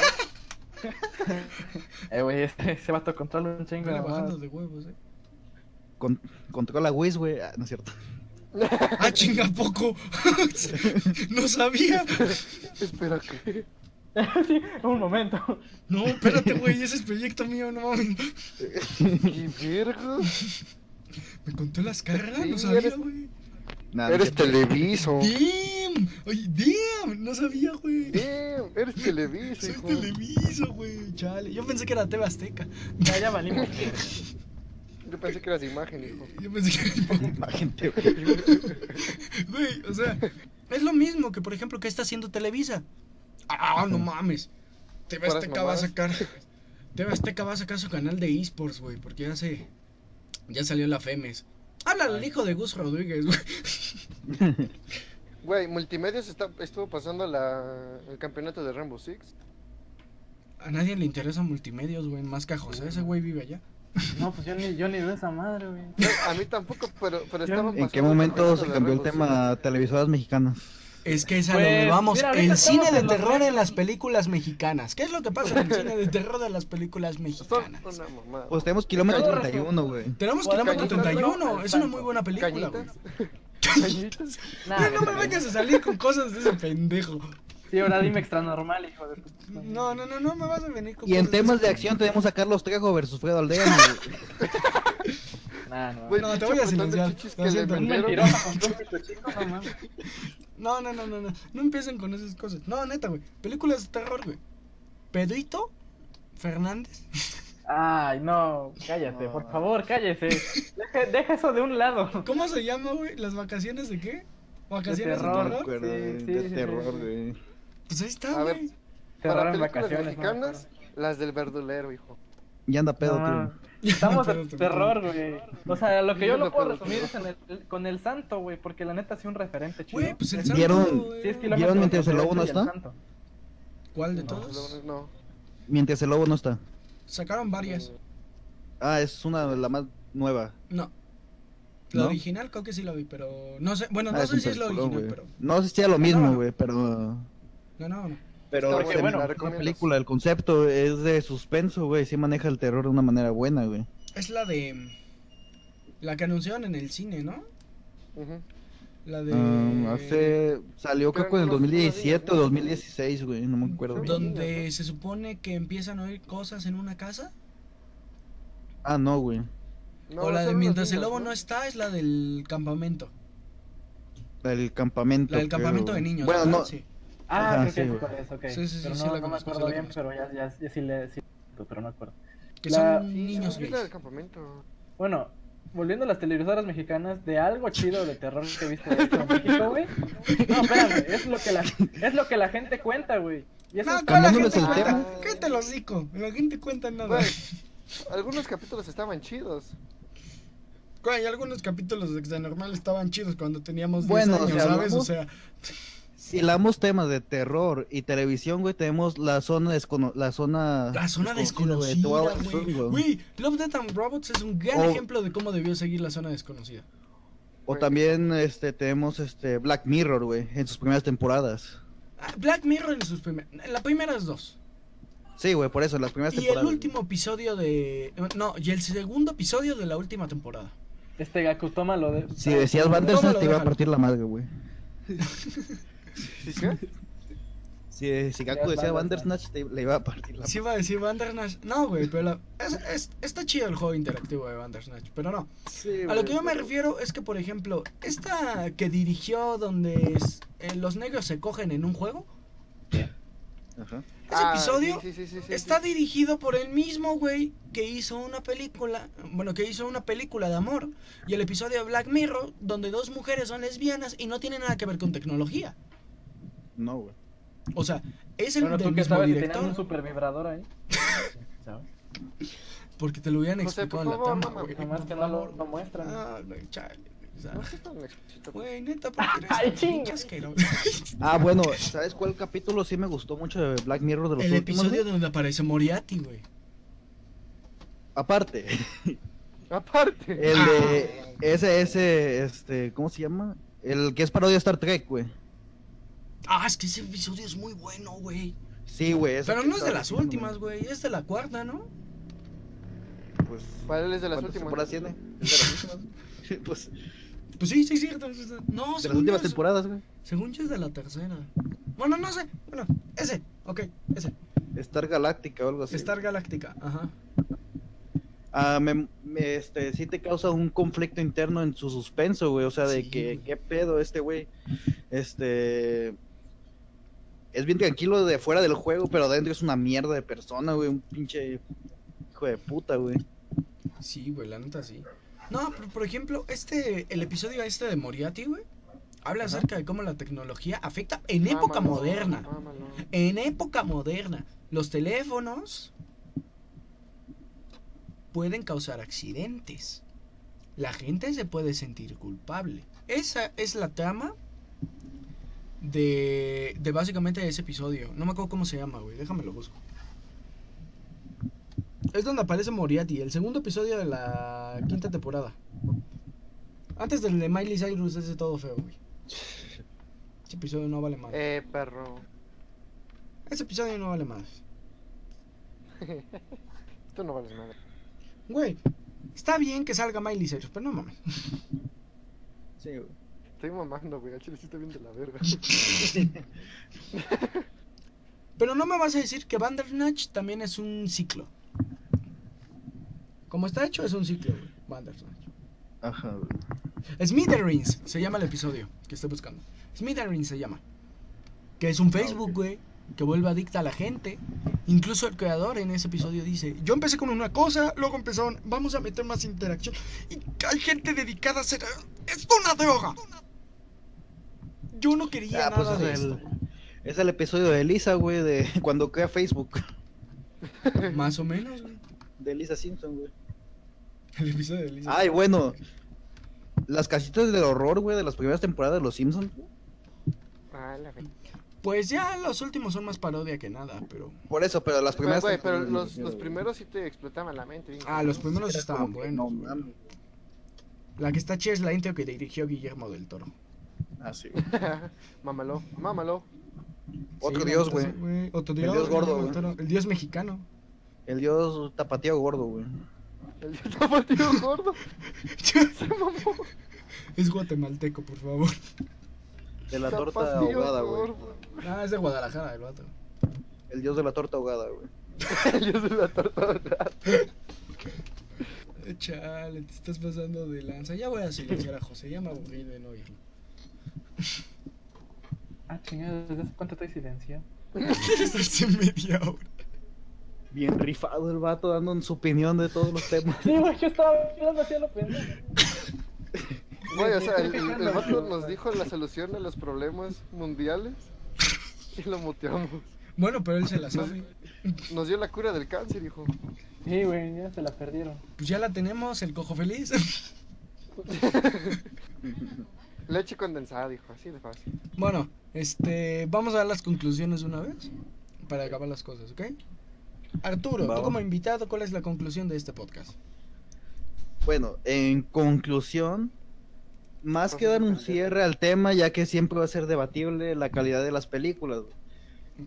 C: Eh, güey, ese, ese vato controla un chingo.
A: Vele
C: nomás.
A: bajando de huevos, eh.
E: Con, controla Wiz, güey. Ah, no es cierto.
A: Ah, chinga poco. no sabía.
D: Espera, que...
C: sí, un momento.
A: No, espérate, güey, ese es proyecto mío, no mames.
D: ¿Qué verga?
A: Me contó las cargas,
D: Sí,
A: no sabía,
D: eres-
A: güey.
E: Nah, no es
D: Eres
E: cierto.
D: Televiso.
A: Damn, oye, damn, no sabía, güey.
D: Damn, eres Televisa,
A: Soy
D: hijo.
A: Televiso, güey, chale. Yo pensé que era TV Azteca.
C: Ya, ya valimos.
D: Yo pensé que eras imagen, hijo.
A: Yo pensé que.
E: Imagínate, güey.
A: Güey, o sea, es lo mismo que, por ejemplo, ¿qué está haciendo Televisa? Ah, no mames. TV
D: Puras
A: Azteca va a
D: mamadas.
A: sacar. TV Azteca va a sacar su canal de esports, güey, porque ya se. Ya salió la FEMES. Háblale al hijo de Gus Rodríguez, güey.
D: Güey, Multimedios está, estuvo pasando la, el campeonato de Rainbow Six.
A: A nadie le interesa multimedios, güey, más que a José. Ese güey vive allá.
C: No, pues yo ni, yo ni veo esa madre, güey.
D: Güey, A mí tampoco, pero, pero estaban
E: ¿En qué
D: pasando el
E: momento
D: campeonato
E: se
D: de
E: cambió el
D: Rainbow
E: tema a televisoras mexicanas?
A: Es que es a lo
C: Pues,
A: que vamos.
C: mira, ahorita
A: el
C: estamos
A: cine de
C: en los
A: terror en las
C: noventa.
A: películas mexicanas. ¿Qué es lo que pasa en el cine de terror de las películas
D: Six. Son
A: mexicanas?
D: una mamada.
E: Pues tenemos kilómetro
C: Todo
E: 31, güey.
A: Tenemos
C: Pues,
A: Kilómetro
D: Cañitas,
A: 31.
C: ¿no?
A: Es una muy buena película, güey.
D: Cañitas.
C: Cañitas. Nah,
A: No me
C: güey.
A: vengas a salir con cosas de ese pendejo.
C: Sí, ahora dime extra normal, hijo de puta.
A: No, no, no, no me vas a venir con
E: Y en
A: cosas
E: temas
A: ese
E: de acción tenemos a Carlos Trejo versus Fredo Aldea. güey.
C: Nah, no.
D: Güey,
A: No, te
D: pinche
A: voy a
D: montón de
A: silenciar,
D: chichis
A: lo
D: que le
A: siento.
C: un
D: vendieron.
C: mentiroso con un picochito, no mames.
A: pendejo. No, no, no, no, no. No empiecen con esas cosas. No, neta, güey. Películas de terror, güey. Pedrito Fernández.
C: Ay, no, cállate,
D: No.
C: por favor, cállese. Deja, deja eso de un lado.
A: ¿Cómo se llama, güey? ¿Las vacaciones de qué? ¿Vacaciones de
C: terror.
A: terror?
E: No recuerdo,
C: Sí,
E: güey,
C: sí,
E: de
C: sí, sí,
E: terror,
C: sí.
E: güey.
A: Pues ahí está,
D: A ver,
A: güey.
C: Terror
D: Para
C: en
D: películas
C: vacaciones. no me
D: mexicanas, las del verdulero, hijo.
E: Ya anda pedo,
C: acuerdo. No,
E: tú.
C: mames. Estamos en
A: Espérate,
C: terror, güey. O sea, lo que yo
D: Dímelo,
C: lo puedo
D: pero-
C: resumir es en el- con el santo, güey, porque la neta sí un referente chido.
A: Güey, pues el santo,
E: ¿Vieron?
A: güey.
C: Sí, es
E: ¿Vieron
C: kilómetro
E: mientras el lobo
C: 38
E: no
C: y
E: está?
C: santo.
A: ¿Cuál de
C: No, pues
A: todos?
D: No.
E: Mientras el lobo no está.
A: Sacaron varias.
E: Ah, es una de la más nueva.
A: No. La
E: ¿No?
A: original creo que sí la vi, pero no sé. Bueno,
E: Ah,
A: no
E: es
A: sé
E: un
A: si es la
E: peliculón,
A: original,
E: güey.
A: pero.
E: No sé si sea lo mismo,
A: no.
E: güey, pero...
A: No, no, no.
E: Pero
D: Está
E: o sea,
D: buena, la
E: la
D: recomiendo.
E: película, el concepto es de suspenso, güey. Sí maneja el terror de una manera buena, güey.
A: Es la de. La que anunciaron en el cine, ¿no?
D: Ujú.
A: La de.
E: Um, hace... Salió
D: Pero
E: creo que en el
D: no los- no digas,
E: 2017 o
D: ¿no?
E: 2016, güey. No me acuerdo.
D: Don-
A: Donde se supone que empiezan a oír cosas en una casa.
E: Ah, no, güey.
D: No,
A: o la de
D: son
A: Mientras
D: unos
A: el
D: niños,
A: lobo no está, es la del campamento.
E: La del campamento.
A: La del
E: creo,
A: campamento de
E: güey.
A: niños.
E: Bueno,
A: ¿verdad?
E: no...
A: Sí.
C: Ah, creo que
E: Ajá, sí,
C: sí,
E: güey.
C: cuál es, ok.
A: Sí, sí, sí,
C: pero
A: sí, la
C: no, no me
A: conozco, sí,
C: acuerdo
A: la
C: bien,
A: conozco.
C: pero ya, ya, ya sí le sí, pero no me acuerdo.
A: Que
C: La-
A: son
D: Sí,
A: niños
D: sí, es la del
A: gays.
D: campamento.
C: Bueno, volviendo a las televisoras mexicanas, de algo chido de terror que he visto de hecho en México, güey. No, espérame, es lo que la, es lo que la gente cuenta, güey. Y eso
A: No,
C: es-
A: ¿cuál la
E: Cambiándoles
A: gente
E: el
A: cuenta?
D: tema.
A: ¿Qué te lo digo? La gente cuenta nada.
D: Güey, algunos capítulos estaban chidos.
A: Güey, algunos capítulos de Xenormal estaban chidos cuando teníamos 10
E: Bueno,
A: años,
E: o sea,
A: ¿sabes? O
E: vamos-
A: sea,
E: Si hablamos temas de terror y televisión, güey, tenemos la zona descono la zona
A: la zona
E: desconocida, güey,
A: desconocida,
E: te voy a-
A: güey.
E: güey.
A: Güey, Love, Death and Robots es un gran
E: O-
A: ejemplo de cómo debió seguir la zona desconocida.
E: O también este tenemos este Black Mirror, güey, en sus primeras temporadas.
A: Ah, Black Mirror en sus primeras... Las primeras dos.
E: Sí, güey, por eso, en las primeras
A: Y el
E: temporadas.
A: último episodio de... No, y el segundo episodio de la última temporada.
C: Este Gaku, tómalo de.
E: Si decías
A: ¿Cómo
E: Vanderson,
A: lo
E: te iba a
A: dejan?
E: partir la madre, güey.
D: ¿Sí, qué?
E: Si, si Gaku
C: Decías Bandersnatch.
E: decía Bandersnatch, te, le iba a partir la
A: Sí iba a decir Bandersnatch. No, güey, pero la- es- es- está chido el juego interactivo de Bandersnatch, pero no.
E: Sí,
A: A lo que yo me
E: güey.
A: refiero es que, por ejemplo, esta que dirigió donde es- eh, los negros se cogen en un juego,
E: Ajá.
A: ese episodio
D: Ah, sí, sí, sí, sí,
A: está
D: sí.
A: dirigido por el mismo güey que hizo una película, bueno, que hizo una película de amor. Y el episodio de Black Mirror, donde dos mujeres son lesbianas y no tiene nada que ver con tecnología.
E: No, güey.
A: O sea, es el
C: Bueno,
A: del
C: tú que
A: mismo
C: sabes si tenían
A: director,
C: un super vibrador ahí. ¿Sabes?
A: porque te lo hubieran
D: José, por
A: explicado en la
D: favor,
A: tama,
D: no
A: güey.
C: Nomás
A: por
C: que no lo,
A: favor.
C: lo muestran.
A: Ah, güey, chale, güey, o sea,
D: No, sí está tan explícito.
A: Güey, neta, ¿por qué eres
C: Ay,
A: tan
C: chinga.
A: pinche asqueroso?
E: Ah, bueno, ¿sabes cuál capítulo sí me gustó mucho de Black Mirror de los
A: El
E: últimos?
A: episodio
E: güey?
A: donde aparece Moriarty, güey.
E: Aparte,
D: Aparte.
A: Ah.
E: el de ese ese este, ¿cómo se llama? El que es parodia de Star Trek, güey.
A: Ah, es que ese episodio es muy bueno, güey.
E: Sí, güey, ese
A: Pero
E: que
A: no es de
E: estaba
A: las
E: diciendo,
A: últimas, güey. Es de la cuarta, ¿no?
E: Pues
D: Para él es de las
E: ¿cuántas
D: últimas.
E: temporadas tiene? Es de las últimas. pues
A: Pues sí, sí, es cierto. es de- No,
E: de las
A: según yo
E: últimas
A: es-
E: temporadas, güey.
A: Según yo es de la tercera. Bueno, no sé. Bueno, ese. Ok, ese.
E: Star Galáctica o algo así.
A: Star Galáctica. Ajá.
E: Ah, me, me, este, sí te causa un conflicto interno en su suspenso, güey. O sea, de
A: Sí,
E: que,
A: güey.
E: ¿qué pedo este güey? Este. Es bien tranquilo de fuera del juego, pero adentro es una mierda de persona, güey. Un pinche hijo de puta, güey.
A: Sí, güey, la neta sí. No, pero por ejemplo, este, el episodio este de Moriarty, güey, habla acerca de cómo la tecnología afecta en época
D: Mámalo,
A: moderna.
D: mámalo.
A: En época moderna, los teléfonos pueden causar accidentes. La gente se puede sentir culpable. Esa es la trama de, de básicamente ese episodio. No me acuerdo cómo se llama, güey. Déjame lo busco. Es donde aparece Moriarty, el segundo episodio de la quinta temporada. Antes del de Miley Cyrus, ese todo feo, güey. Ese episodio no vale más.
D: Eh, perro.
A: Ese episodio no vale más.
D: Tú no vales madre.
A: Güey, está bien que salga Miley Cyrus, pero no mames.
E: Sí, güey.
D: Estoy mamando, güey. Al chile sí está bien de la verga.
A: Pero no me vas a decir que Bandersnatch también es un ciclo. Como está hecho, es un ciclo, güey. Bandersnatch.
E: Ajá, güey.
A: Smithereens se llama el episodio que estoy buscando. Smithereens se llama. Que es un Facebook,
E: Ah, ok.
A: güey, que vuelve adicta a la gente. Incluso el creador en ese episodio dice, yo empecé con una cosa, luego empezaron, vamos a meter más interacción. Y hay gente dedicada a hacer... ¡Es una droga! Yo no quería
E: Ah, pues
A: nada de
E: es el-
A: esto.
E: Es el episodio de Elisa, güey, de cuando crea Facebook.
A: Más o menos, güey.
E: De Elisa Simpson, güey.
A: El episodio de Lisa.
E: Ay, bueno. Las casitas del horror, güey, de las primeras temporadas de Los Simpsons. güey.
D: Ah, la fe.
A: Pues ya los últimos son más parodia que nada, pero...
E: Por eso, pero las
D: Pero,
E: primeras.
D: güey, pero
E: temporadas,
D: los,
E: güey,
D: los
E: güey.
D: primeros sí te explotaban la mente. bien
A: Ah,
D: cabrón.
A: los primeros
E: Era
A: estaban
E: como que no
A: buenos. güey.
E: mames.
A: La que está chida es la intro que dirigió Guillermo del Toro.
E: Ah, sí, güey.
D: Mámalo, mámalo.
E: Otro
A: Sí, la
E: dios,
A: neta,
E: güey.
A: sí, Otro dios.
E: dios
A: Guillermo
E: gordo,
A: del
E: güey.
A: Toro. El dios mexicano.
E: El dios tapatío gordo, güey.
D: El tapatío gordo. Se mamó.
A: es guatemalteco, por favor.
E: De la torta
D: Tapatío
E: ahogada, güey.
D: gordo.
A: Ah, es de Guadalajara el vato.
E: El dios de la torta ahogada, güey.
D: El dios de la torta ahogada.
A: Eh, Chale, te estás pasando de lanza. Ya voy a silenciar a José, ya me aburrí de no oírlo.
C: Ah, chingada, ¿desde hace cuánto estoy silenciado?
A: Quieres darse media hora.
E: Bien rifado el vato dando en su opinión de todos los temas.
C: Sí, güey, yo estaba mirando hacia lo pendejo.
D: Güey, o sea, el, el, el vato nos dijo la solución a los problemas mundiales y lo muteamos.
A: Bueno, pero él se la sabe.
D: Nos dio la cura del cáncer, hijo.
C: Sí, güey, ya se la perdieron.
A: Pues ya la tenemos, el cojo feliz.
D: Leche condensada, dijo, así de fácil.
A: Bueno, este, vamos a dar las conclusiones de una vez para acabar las cosas, ¿ok? Arturo, tú
E: Vamos.
A: como invitado, ¿cuál es la conclusión de este podcast?
E: Bueno, en conclusión, más que
D: Cosas
E: dar un
D: diferentes.
E: cierre al tema, ya que siempre va a ser debatible la calidad de las películas, güey.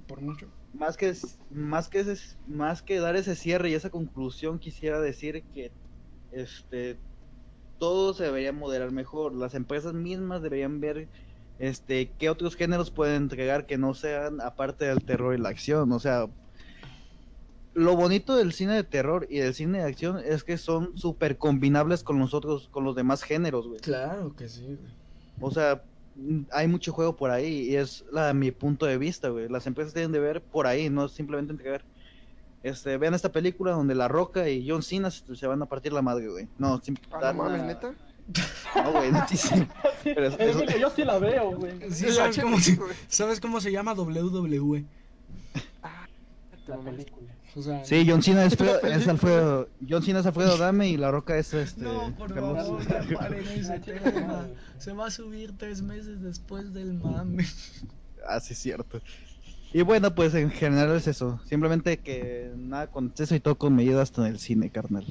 A: Por mucho.
E: más que, más, que ese- más que dar ese cierre y esa conclusión, quisiera decir que este, todo se debería moderar mejor. Las empresas mismas deberían ver este, qué otros géneros pueden entregar que no sean aparte del terror y la acción. O sea, lo bonito del cine de terror y del cine de acción es que son súper combinables con los otros, con los demás géneros, güey.
A: Claro que sí, güey.
E: O sea, mm, hay mucho juego por ahí y es la, mi punto de vista, güey. Las empresas tienen de ver por ahí, no simplemente entregar. Este, vean esta película donde La Roca y John Cena se, se van a partir la madre, güey. No, sin
D: Ah,
E: dar
D: no mames,
E: una-
D: neta.
E: No, güey, no, sí, sí.
C: Sí,
E: Pero es-
C: eh,
E: eso-
C: mira, Yo sí la veo, güey.
A: Sí,
D: La
A: ¿sabes,
D: che-
A: cómo se,
D: güey.
A: sabes cómo se llama WWE?
D: Te
C: La
D: mamaste.
C: película.
A: O sea,
E: Sí, John Cena es, Fredo- es Alfredo, John Cena es Alfredo Dame y La Roca es este
A: No, por
E: Carlos.
A: favor, ya paren ese
C: Ah, chica,
A: tema.
C: madre.
A: Se va a subir tres meses después del mame.
E: Ah, sí, cierto. Y bueno, pues en general es eso. Simplemente que nada con exceso y todo con medida hasta en el cine, carnal.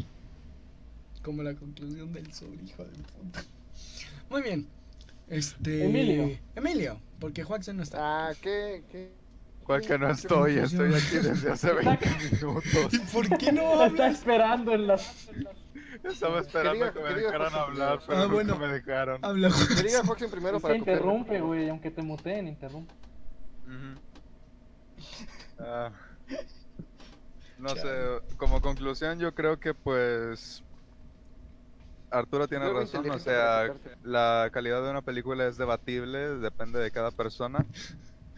A: Como la conclusión del sur, hijo de puta. Muy bien. Este.
C: Emilio.
A: Emilio, porque Joaxen no está.
D: Ah, ¿qué? ¿Qué?
B: Cual que no estoy, estoy aquí desde hace 20 minutos.
A: ¿Y por qué no
C: La está
A: hablas?
C: esperando en las.
B: Estaba
D: diga-
B: esperando que me
D: que diga
B: dejaran
D: Jorge
B: hablar,
D: primero.
B: pero
A: Ah,
B: nunca
A: bueno.
B: me dejaron.
A: Habla
D: Que diga
A: Joaxen.
D: Foxen primero
C: Es
D: para
C: que
D: copiarme.
C: interrumpe, güey. Aunque te muteen, interrumpe.
B: Ujú. Ah, no sé, como conclusión yo creo que pues Arturo tiene
D: Luego
B: razón, o
D: inteligente
B: sea,
D: para quitarte.
B: la calidad de una película es debatible, depende de cada persona.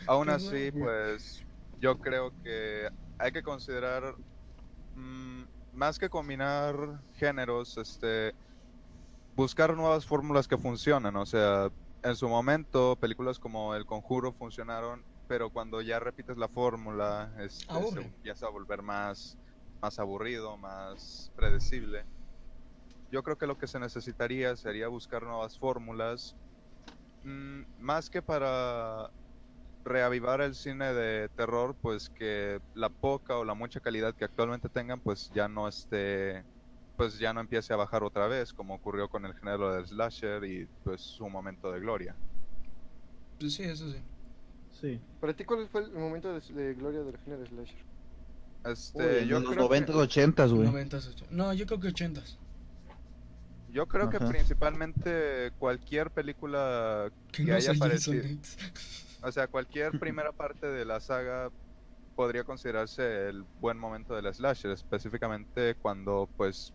B: Aún
A: Qué
B: así,
A: bueno.
B: pues yo creo que hay que considerar mm, más que combinar géneros, este buscar nuevas fórmulas que funcionan, o sea, en su momento películas como El Conjuro funcionaron, pero cuando ya repites la fórmula, este, se
A: Aburre.
B: empieza a volver más, más aburrido, más predecible. Yo creo que lo que se necesitaría sería buscar nuevas fórmulas, mm, más que para reavivar el cine de terror, pues que la poca o la mucha calidad que actualmente tengan, pues ya no esté, pues ya no empiece a bajar otra vez, como ocurrió con el género del slasher y pues su momento de gloria.
A: Pues sí, eso sí.
E: Sí.
D: Para ti, ¿cuál fue el momento de, de gloria del género slasher?
B: Este, yo,
E: los
B: creo
E: 90
B: que,
E: 80 güey.
A: 90, ocho- No, yo creo que 80.
B: yo creo que
E: Ajá.
B: principalmente cualquier película,
A: Que
B: Que
A: no
B: haya
A: soy
B: parecido.
A: Jason X.
B: o sea, cualquier primera parte de la saga podría considerarse el buen momento del slasher, específicamente cuando pues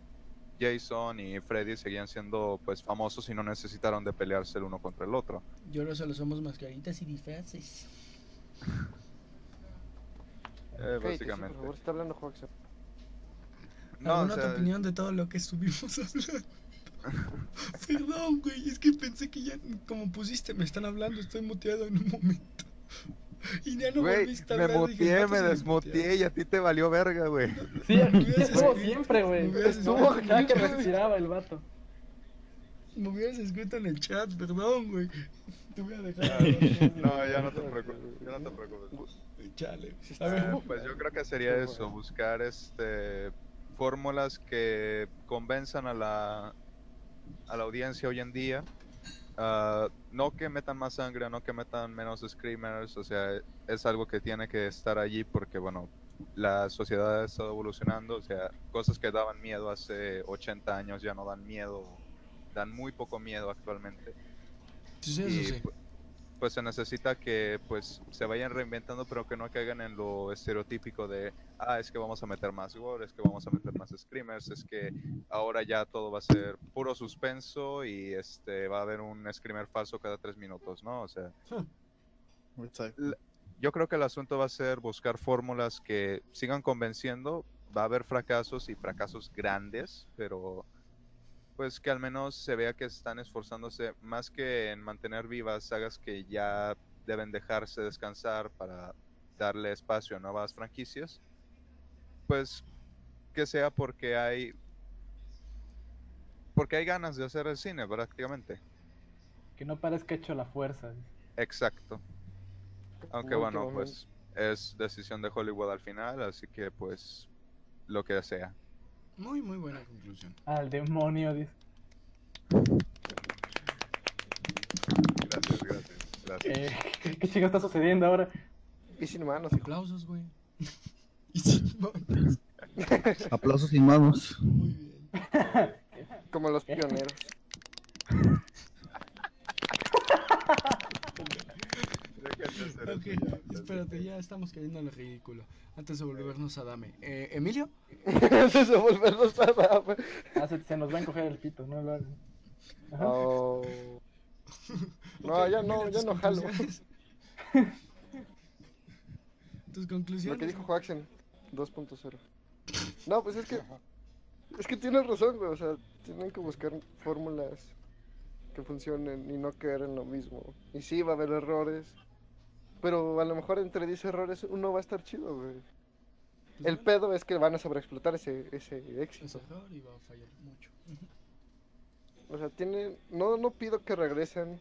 B: Jason y Freddy seguían siendo pues famosos y no necesitaron de pelearse el uno contra el otro.
A: Yo ahora solo somos mascaritas y disfraces.
B: Eh,
D: Cállate, sí,
B: básicamente.
D: Por favor, está hablando Foxen.
B: No, o
A: ¿Alguna otra
B: sea,
A: opinión de todo lo que estuvimos hablando? Perdón, güey, es que pensé que ya, como pusiste, me están hablando, estoy muteado en un momento. Y ya no
B: güey,
A: volviste a
B: me
A: hablar. dije, "El
B: muteé,
A: vato
B: me
A: se me
B: desmuteé
A: muteó".
B: y a ti te valió verga, güey.
C: Sí, aquí
A: hubieras
C: estuvo
A: escrito,
C: siempre, güey.
A: me hubieras
C: Estuvo
D: escrito.
C: cada que respiraba el vato.
A: Me hubieras escrito en el chat, perdón, güey. Te voy a dejar.
B: Ah, No, ya no te preocupes, ya no te preocupes.
A: Chale.
D: Sí,
A: A ver,
B: Eh, pues yo creo que sería
D: Qué
B: eso,
D: bueno.
B: buscar este fórmulas que convenzan a la a la audiencia hoy en día. Ah, no que metan más sangre, no que metan menos screamers, o sea, es algo que tiene que estar allí porque bueno, la sociedad ha estado evolucionando, o sea, cosas que daban miedo hace 80 años ya no dan miedo, dan muy poco miedo actualmente
A: sí, sí,
B: y
A: eso sí.
B: pu- pues se necesita que pues se vayan reinventando pero que no caigan en lo estereotípico de ah es que vamos a meter más gore es que vamos a meter más screamers es que ahora ya todo va a ser puro suspenso y este va a haber un screamer falso cada tres minutos no o sea yo creo que el asunto va a ser buscar fórmulas que sigan convenciendo. Va a haber fracasos y fracasos grandes, pero pues que al menos se vea que están esforzándose más que en mantener vivas sagas que ya deben dejarse descansar para darle espacio a nuevas franquicias. Pues que sea porque hay porque hay ganas de hacer el cine prácticamente.
C: Que no parezca hecho a la fuerza.
B: Exacto. Aunque
D: Como
B: bueno,
D: últimamente.
B: pues es decisión de Hollywood al final, así que pues lo que sea.
A: Muy, muy buena conclusión.
C: Al demonio, dice.
B: Gracias, gracias, gracias.
C: Eh, ¿Qué, qué chingo está sucediendo ahora?
D: Y sin manos, hijo.
A: Aplausos, güey. y sin manos.
E: Aplausos sin manos.
A: Muy bien.
D: como los pioneros.
B: Déjenme hacer
A: Ok,
B: esto ya, ya, ya.
A: espérate, ya estamos cayendo en lo ridículo. Antes de volvernos a Dame. Eh, ¿Emilio?
D: Antes de volverlos a dar.
C: Ah, se, se nos va a encoger el pito, no lo hagan. Ajá.
D: Oh. No,
A: Ok,
D: ya no,
A: Emilio,
D: ya
A: tus
D: no jalo.
A: conclusiones. Tus conclusiones.
D: Lo que dijo Joaxen, 2.0. No, pues es que. Es que tienes razón, güey. O sea, tienen que buscar fórmulas que funcionen y no caer en lo mismo. Y sí, va a haber errores. Pero a lo mejor entre 10 errores uno va a estar chido, güey.
A: Pues
D: El
A: bueno,
D: pedo es que van a sobreexplotar ese, ese
A: es
D: éxito.
A: error y va a fallar mucho.
D: O sea, tienen. No, no pido que regresen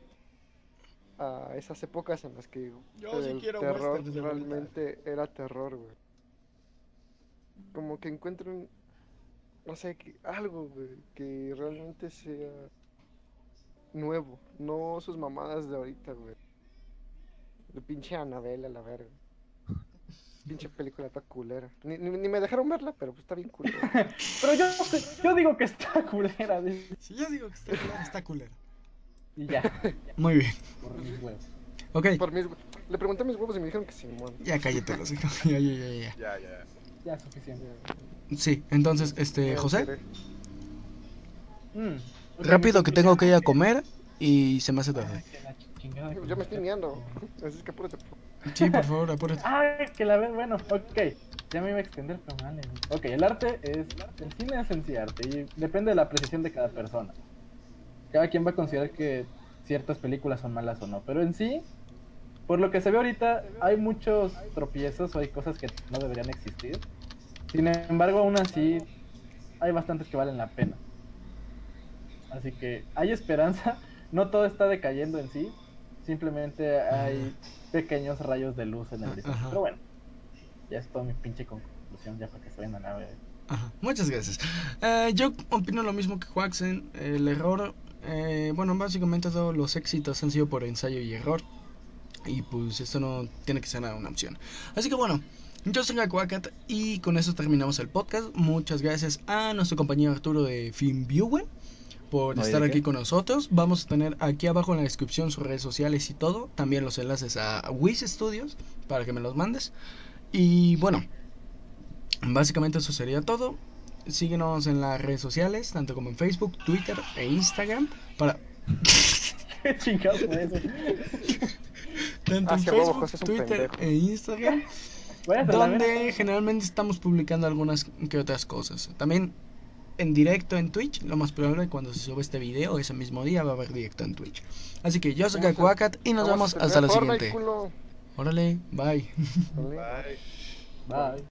D: a esas épocas en las que
A: Yo sí
D: el
A: quiero
D: terror
A: westerns de verdad.
D: realmente era terror, güey. Como que encuentren, no sé, que- algo, güey, que realmente sea nuevo, no sus mamadas de ahorita, güey. De pinche Anabel a la verga. Pinche película tan culera. Ni, ni, ni me dejaron verla, pero pues está bien culera.
C: Pero yo, no sé, yo digo que está culera, dice.
A: Si yo digo que está culera, está culera.
C: Y ya.
A: Muy bien.
C: Por mis huevos.
A: Ok,
D: Por mis hue- Le pregunté a mis huevos y me dijeron que Simón.
A: ya cállate los hijos. Ya, ya, ya, ya.
B: Ya, ya.
C: Ya es suficiente.
A: Sí, entonces, este, José,
C: Mm.
A: rápido que tengo que ir a comer y se me hace tarde.
D: Yo me estoy niando. Así es que apúrate.
A: Sí, por favor, apúrate.
C: Ah, que la vez, bueno, ok. Ya me iba a extender, pero vale. Ok, el arte es. El cine es en sí arte y depende de la apreciación de cada persona. Cada quien va a considerar que ciertas películas son malas o no, pero en sí, por lo que se ve ahorita, hay muchos tropiezos o hay cosas que no deberían existir. Sin embargo, aún así, hay bastantes que valen la pena. Así que hay esperanza. No todo está decayendo en sí, simplemente hay pequeños rayos de luz en el horizonte.
A: Ajá.
C: Pero bueno, ya es toda mi pinche conclusión, ya para que se vayan a la verga.
A: Ajá, muchas gracias. Eh, yo opino lo mismo que Joaxen. El error, eh, bueno, básicamente todos los éxitos han sido por ensayo y error. Y pues esto no tiene que ser nada una opción. Así que bueno, yo soy Gakuakat y con eso terminamos el podcast. Muchas gracias a nuestro compañero Arturo de FinViewer por
E: No hay de
A: estar
E: qué.
A: aquí con nosotros. Vamos a tener aquí abajo en la descripción sus redes sociales y todo. También los enlaces a Wiz Studios para que me los mandes. Y bueno, básicamente eso sería todo. Síguenos en las redes sociales, tanto como en Facebook, Twitter e Instagram. Para
C: ¿Qué chingados fue eso?
A: tanto en
D: Hacia abajo,
A: Facebook,
D: José es un
A: Twitter
D: pendejo.
A: e Instagram.
C: Váyanse a la
A: donde
C: verga.
A: generalmente estamos publicando algunas que otras cosas. También en directo en Twitch, lo más probable cuando se sube este video, ese mismo día va a haber directo en Twitch. Así que yo soy
D: Vamos a-
A: Kakuakat y nos vemos hasta la siguiente.
D: Culo.
A: Órale, bye.
D: Dale.
B: Bye.
C: Bye.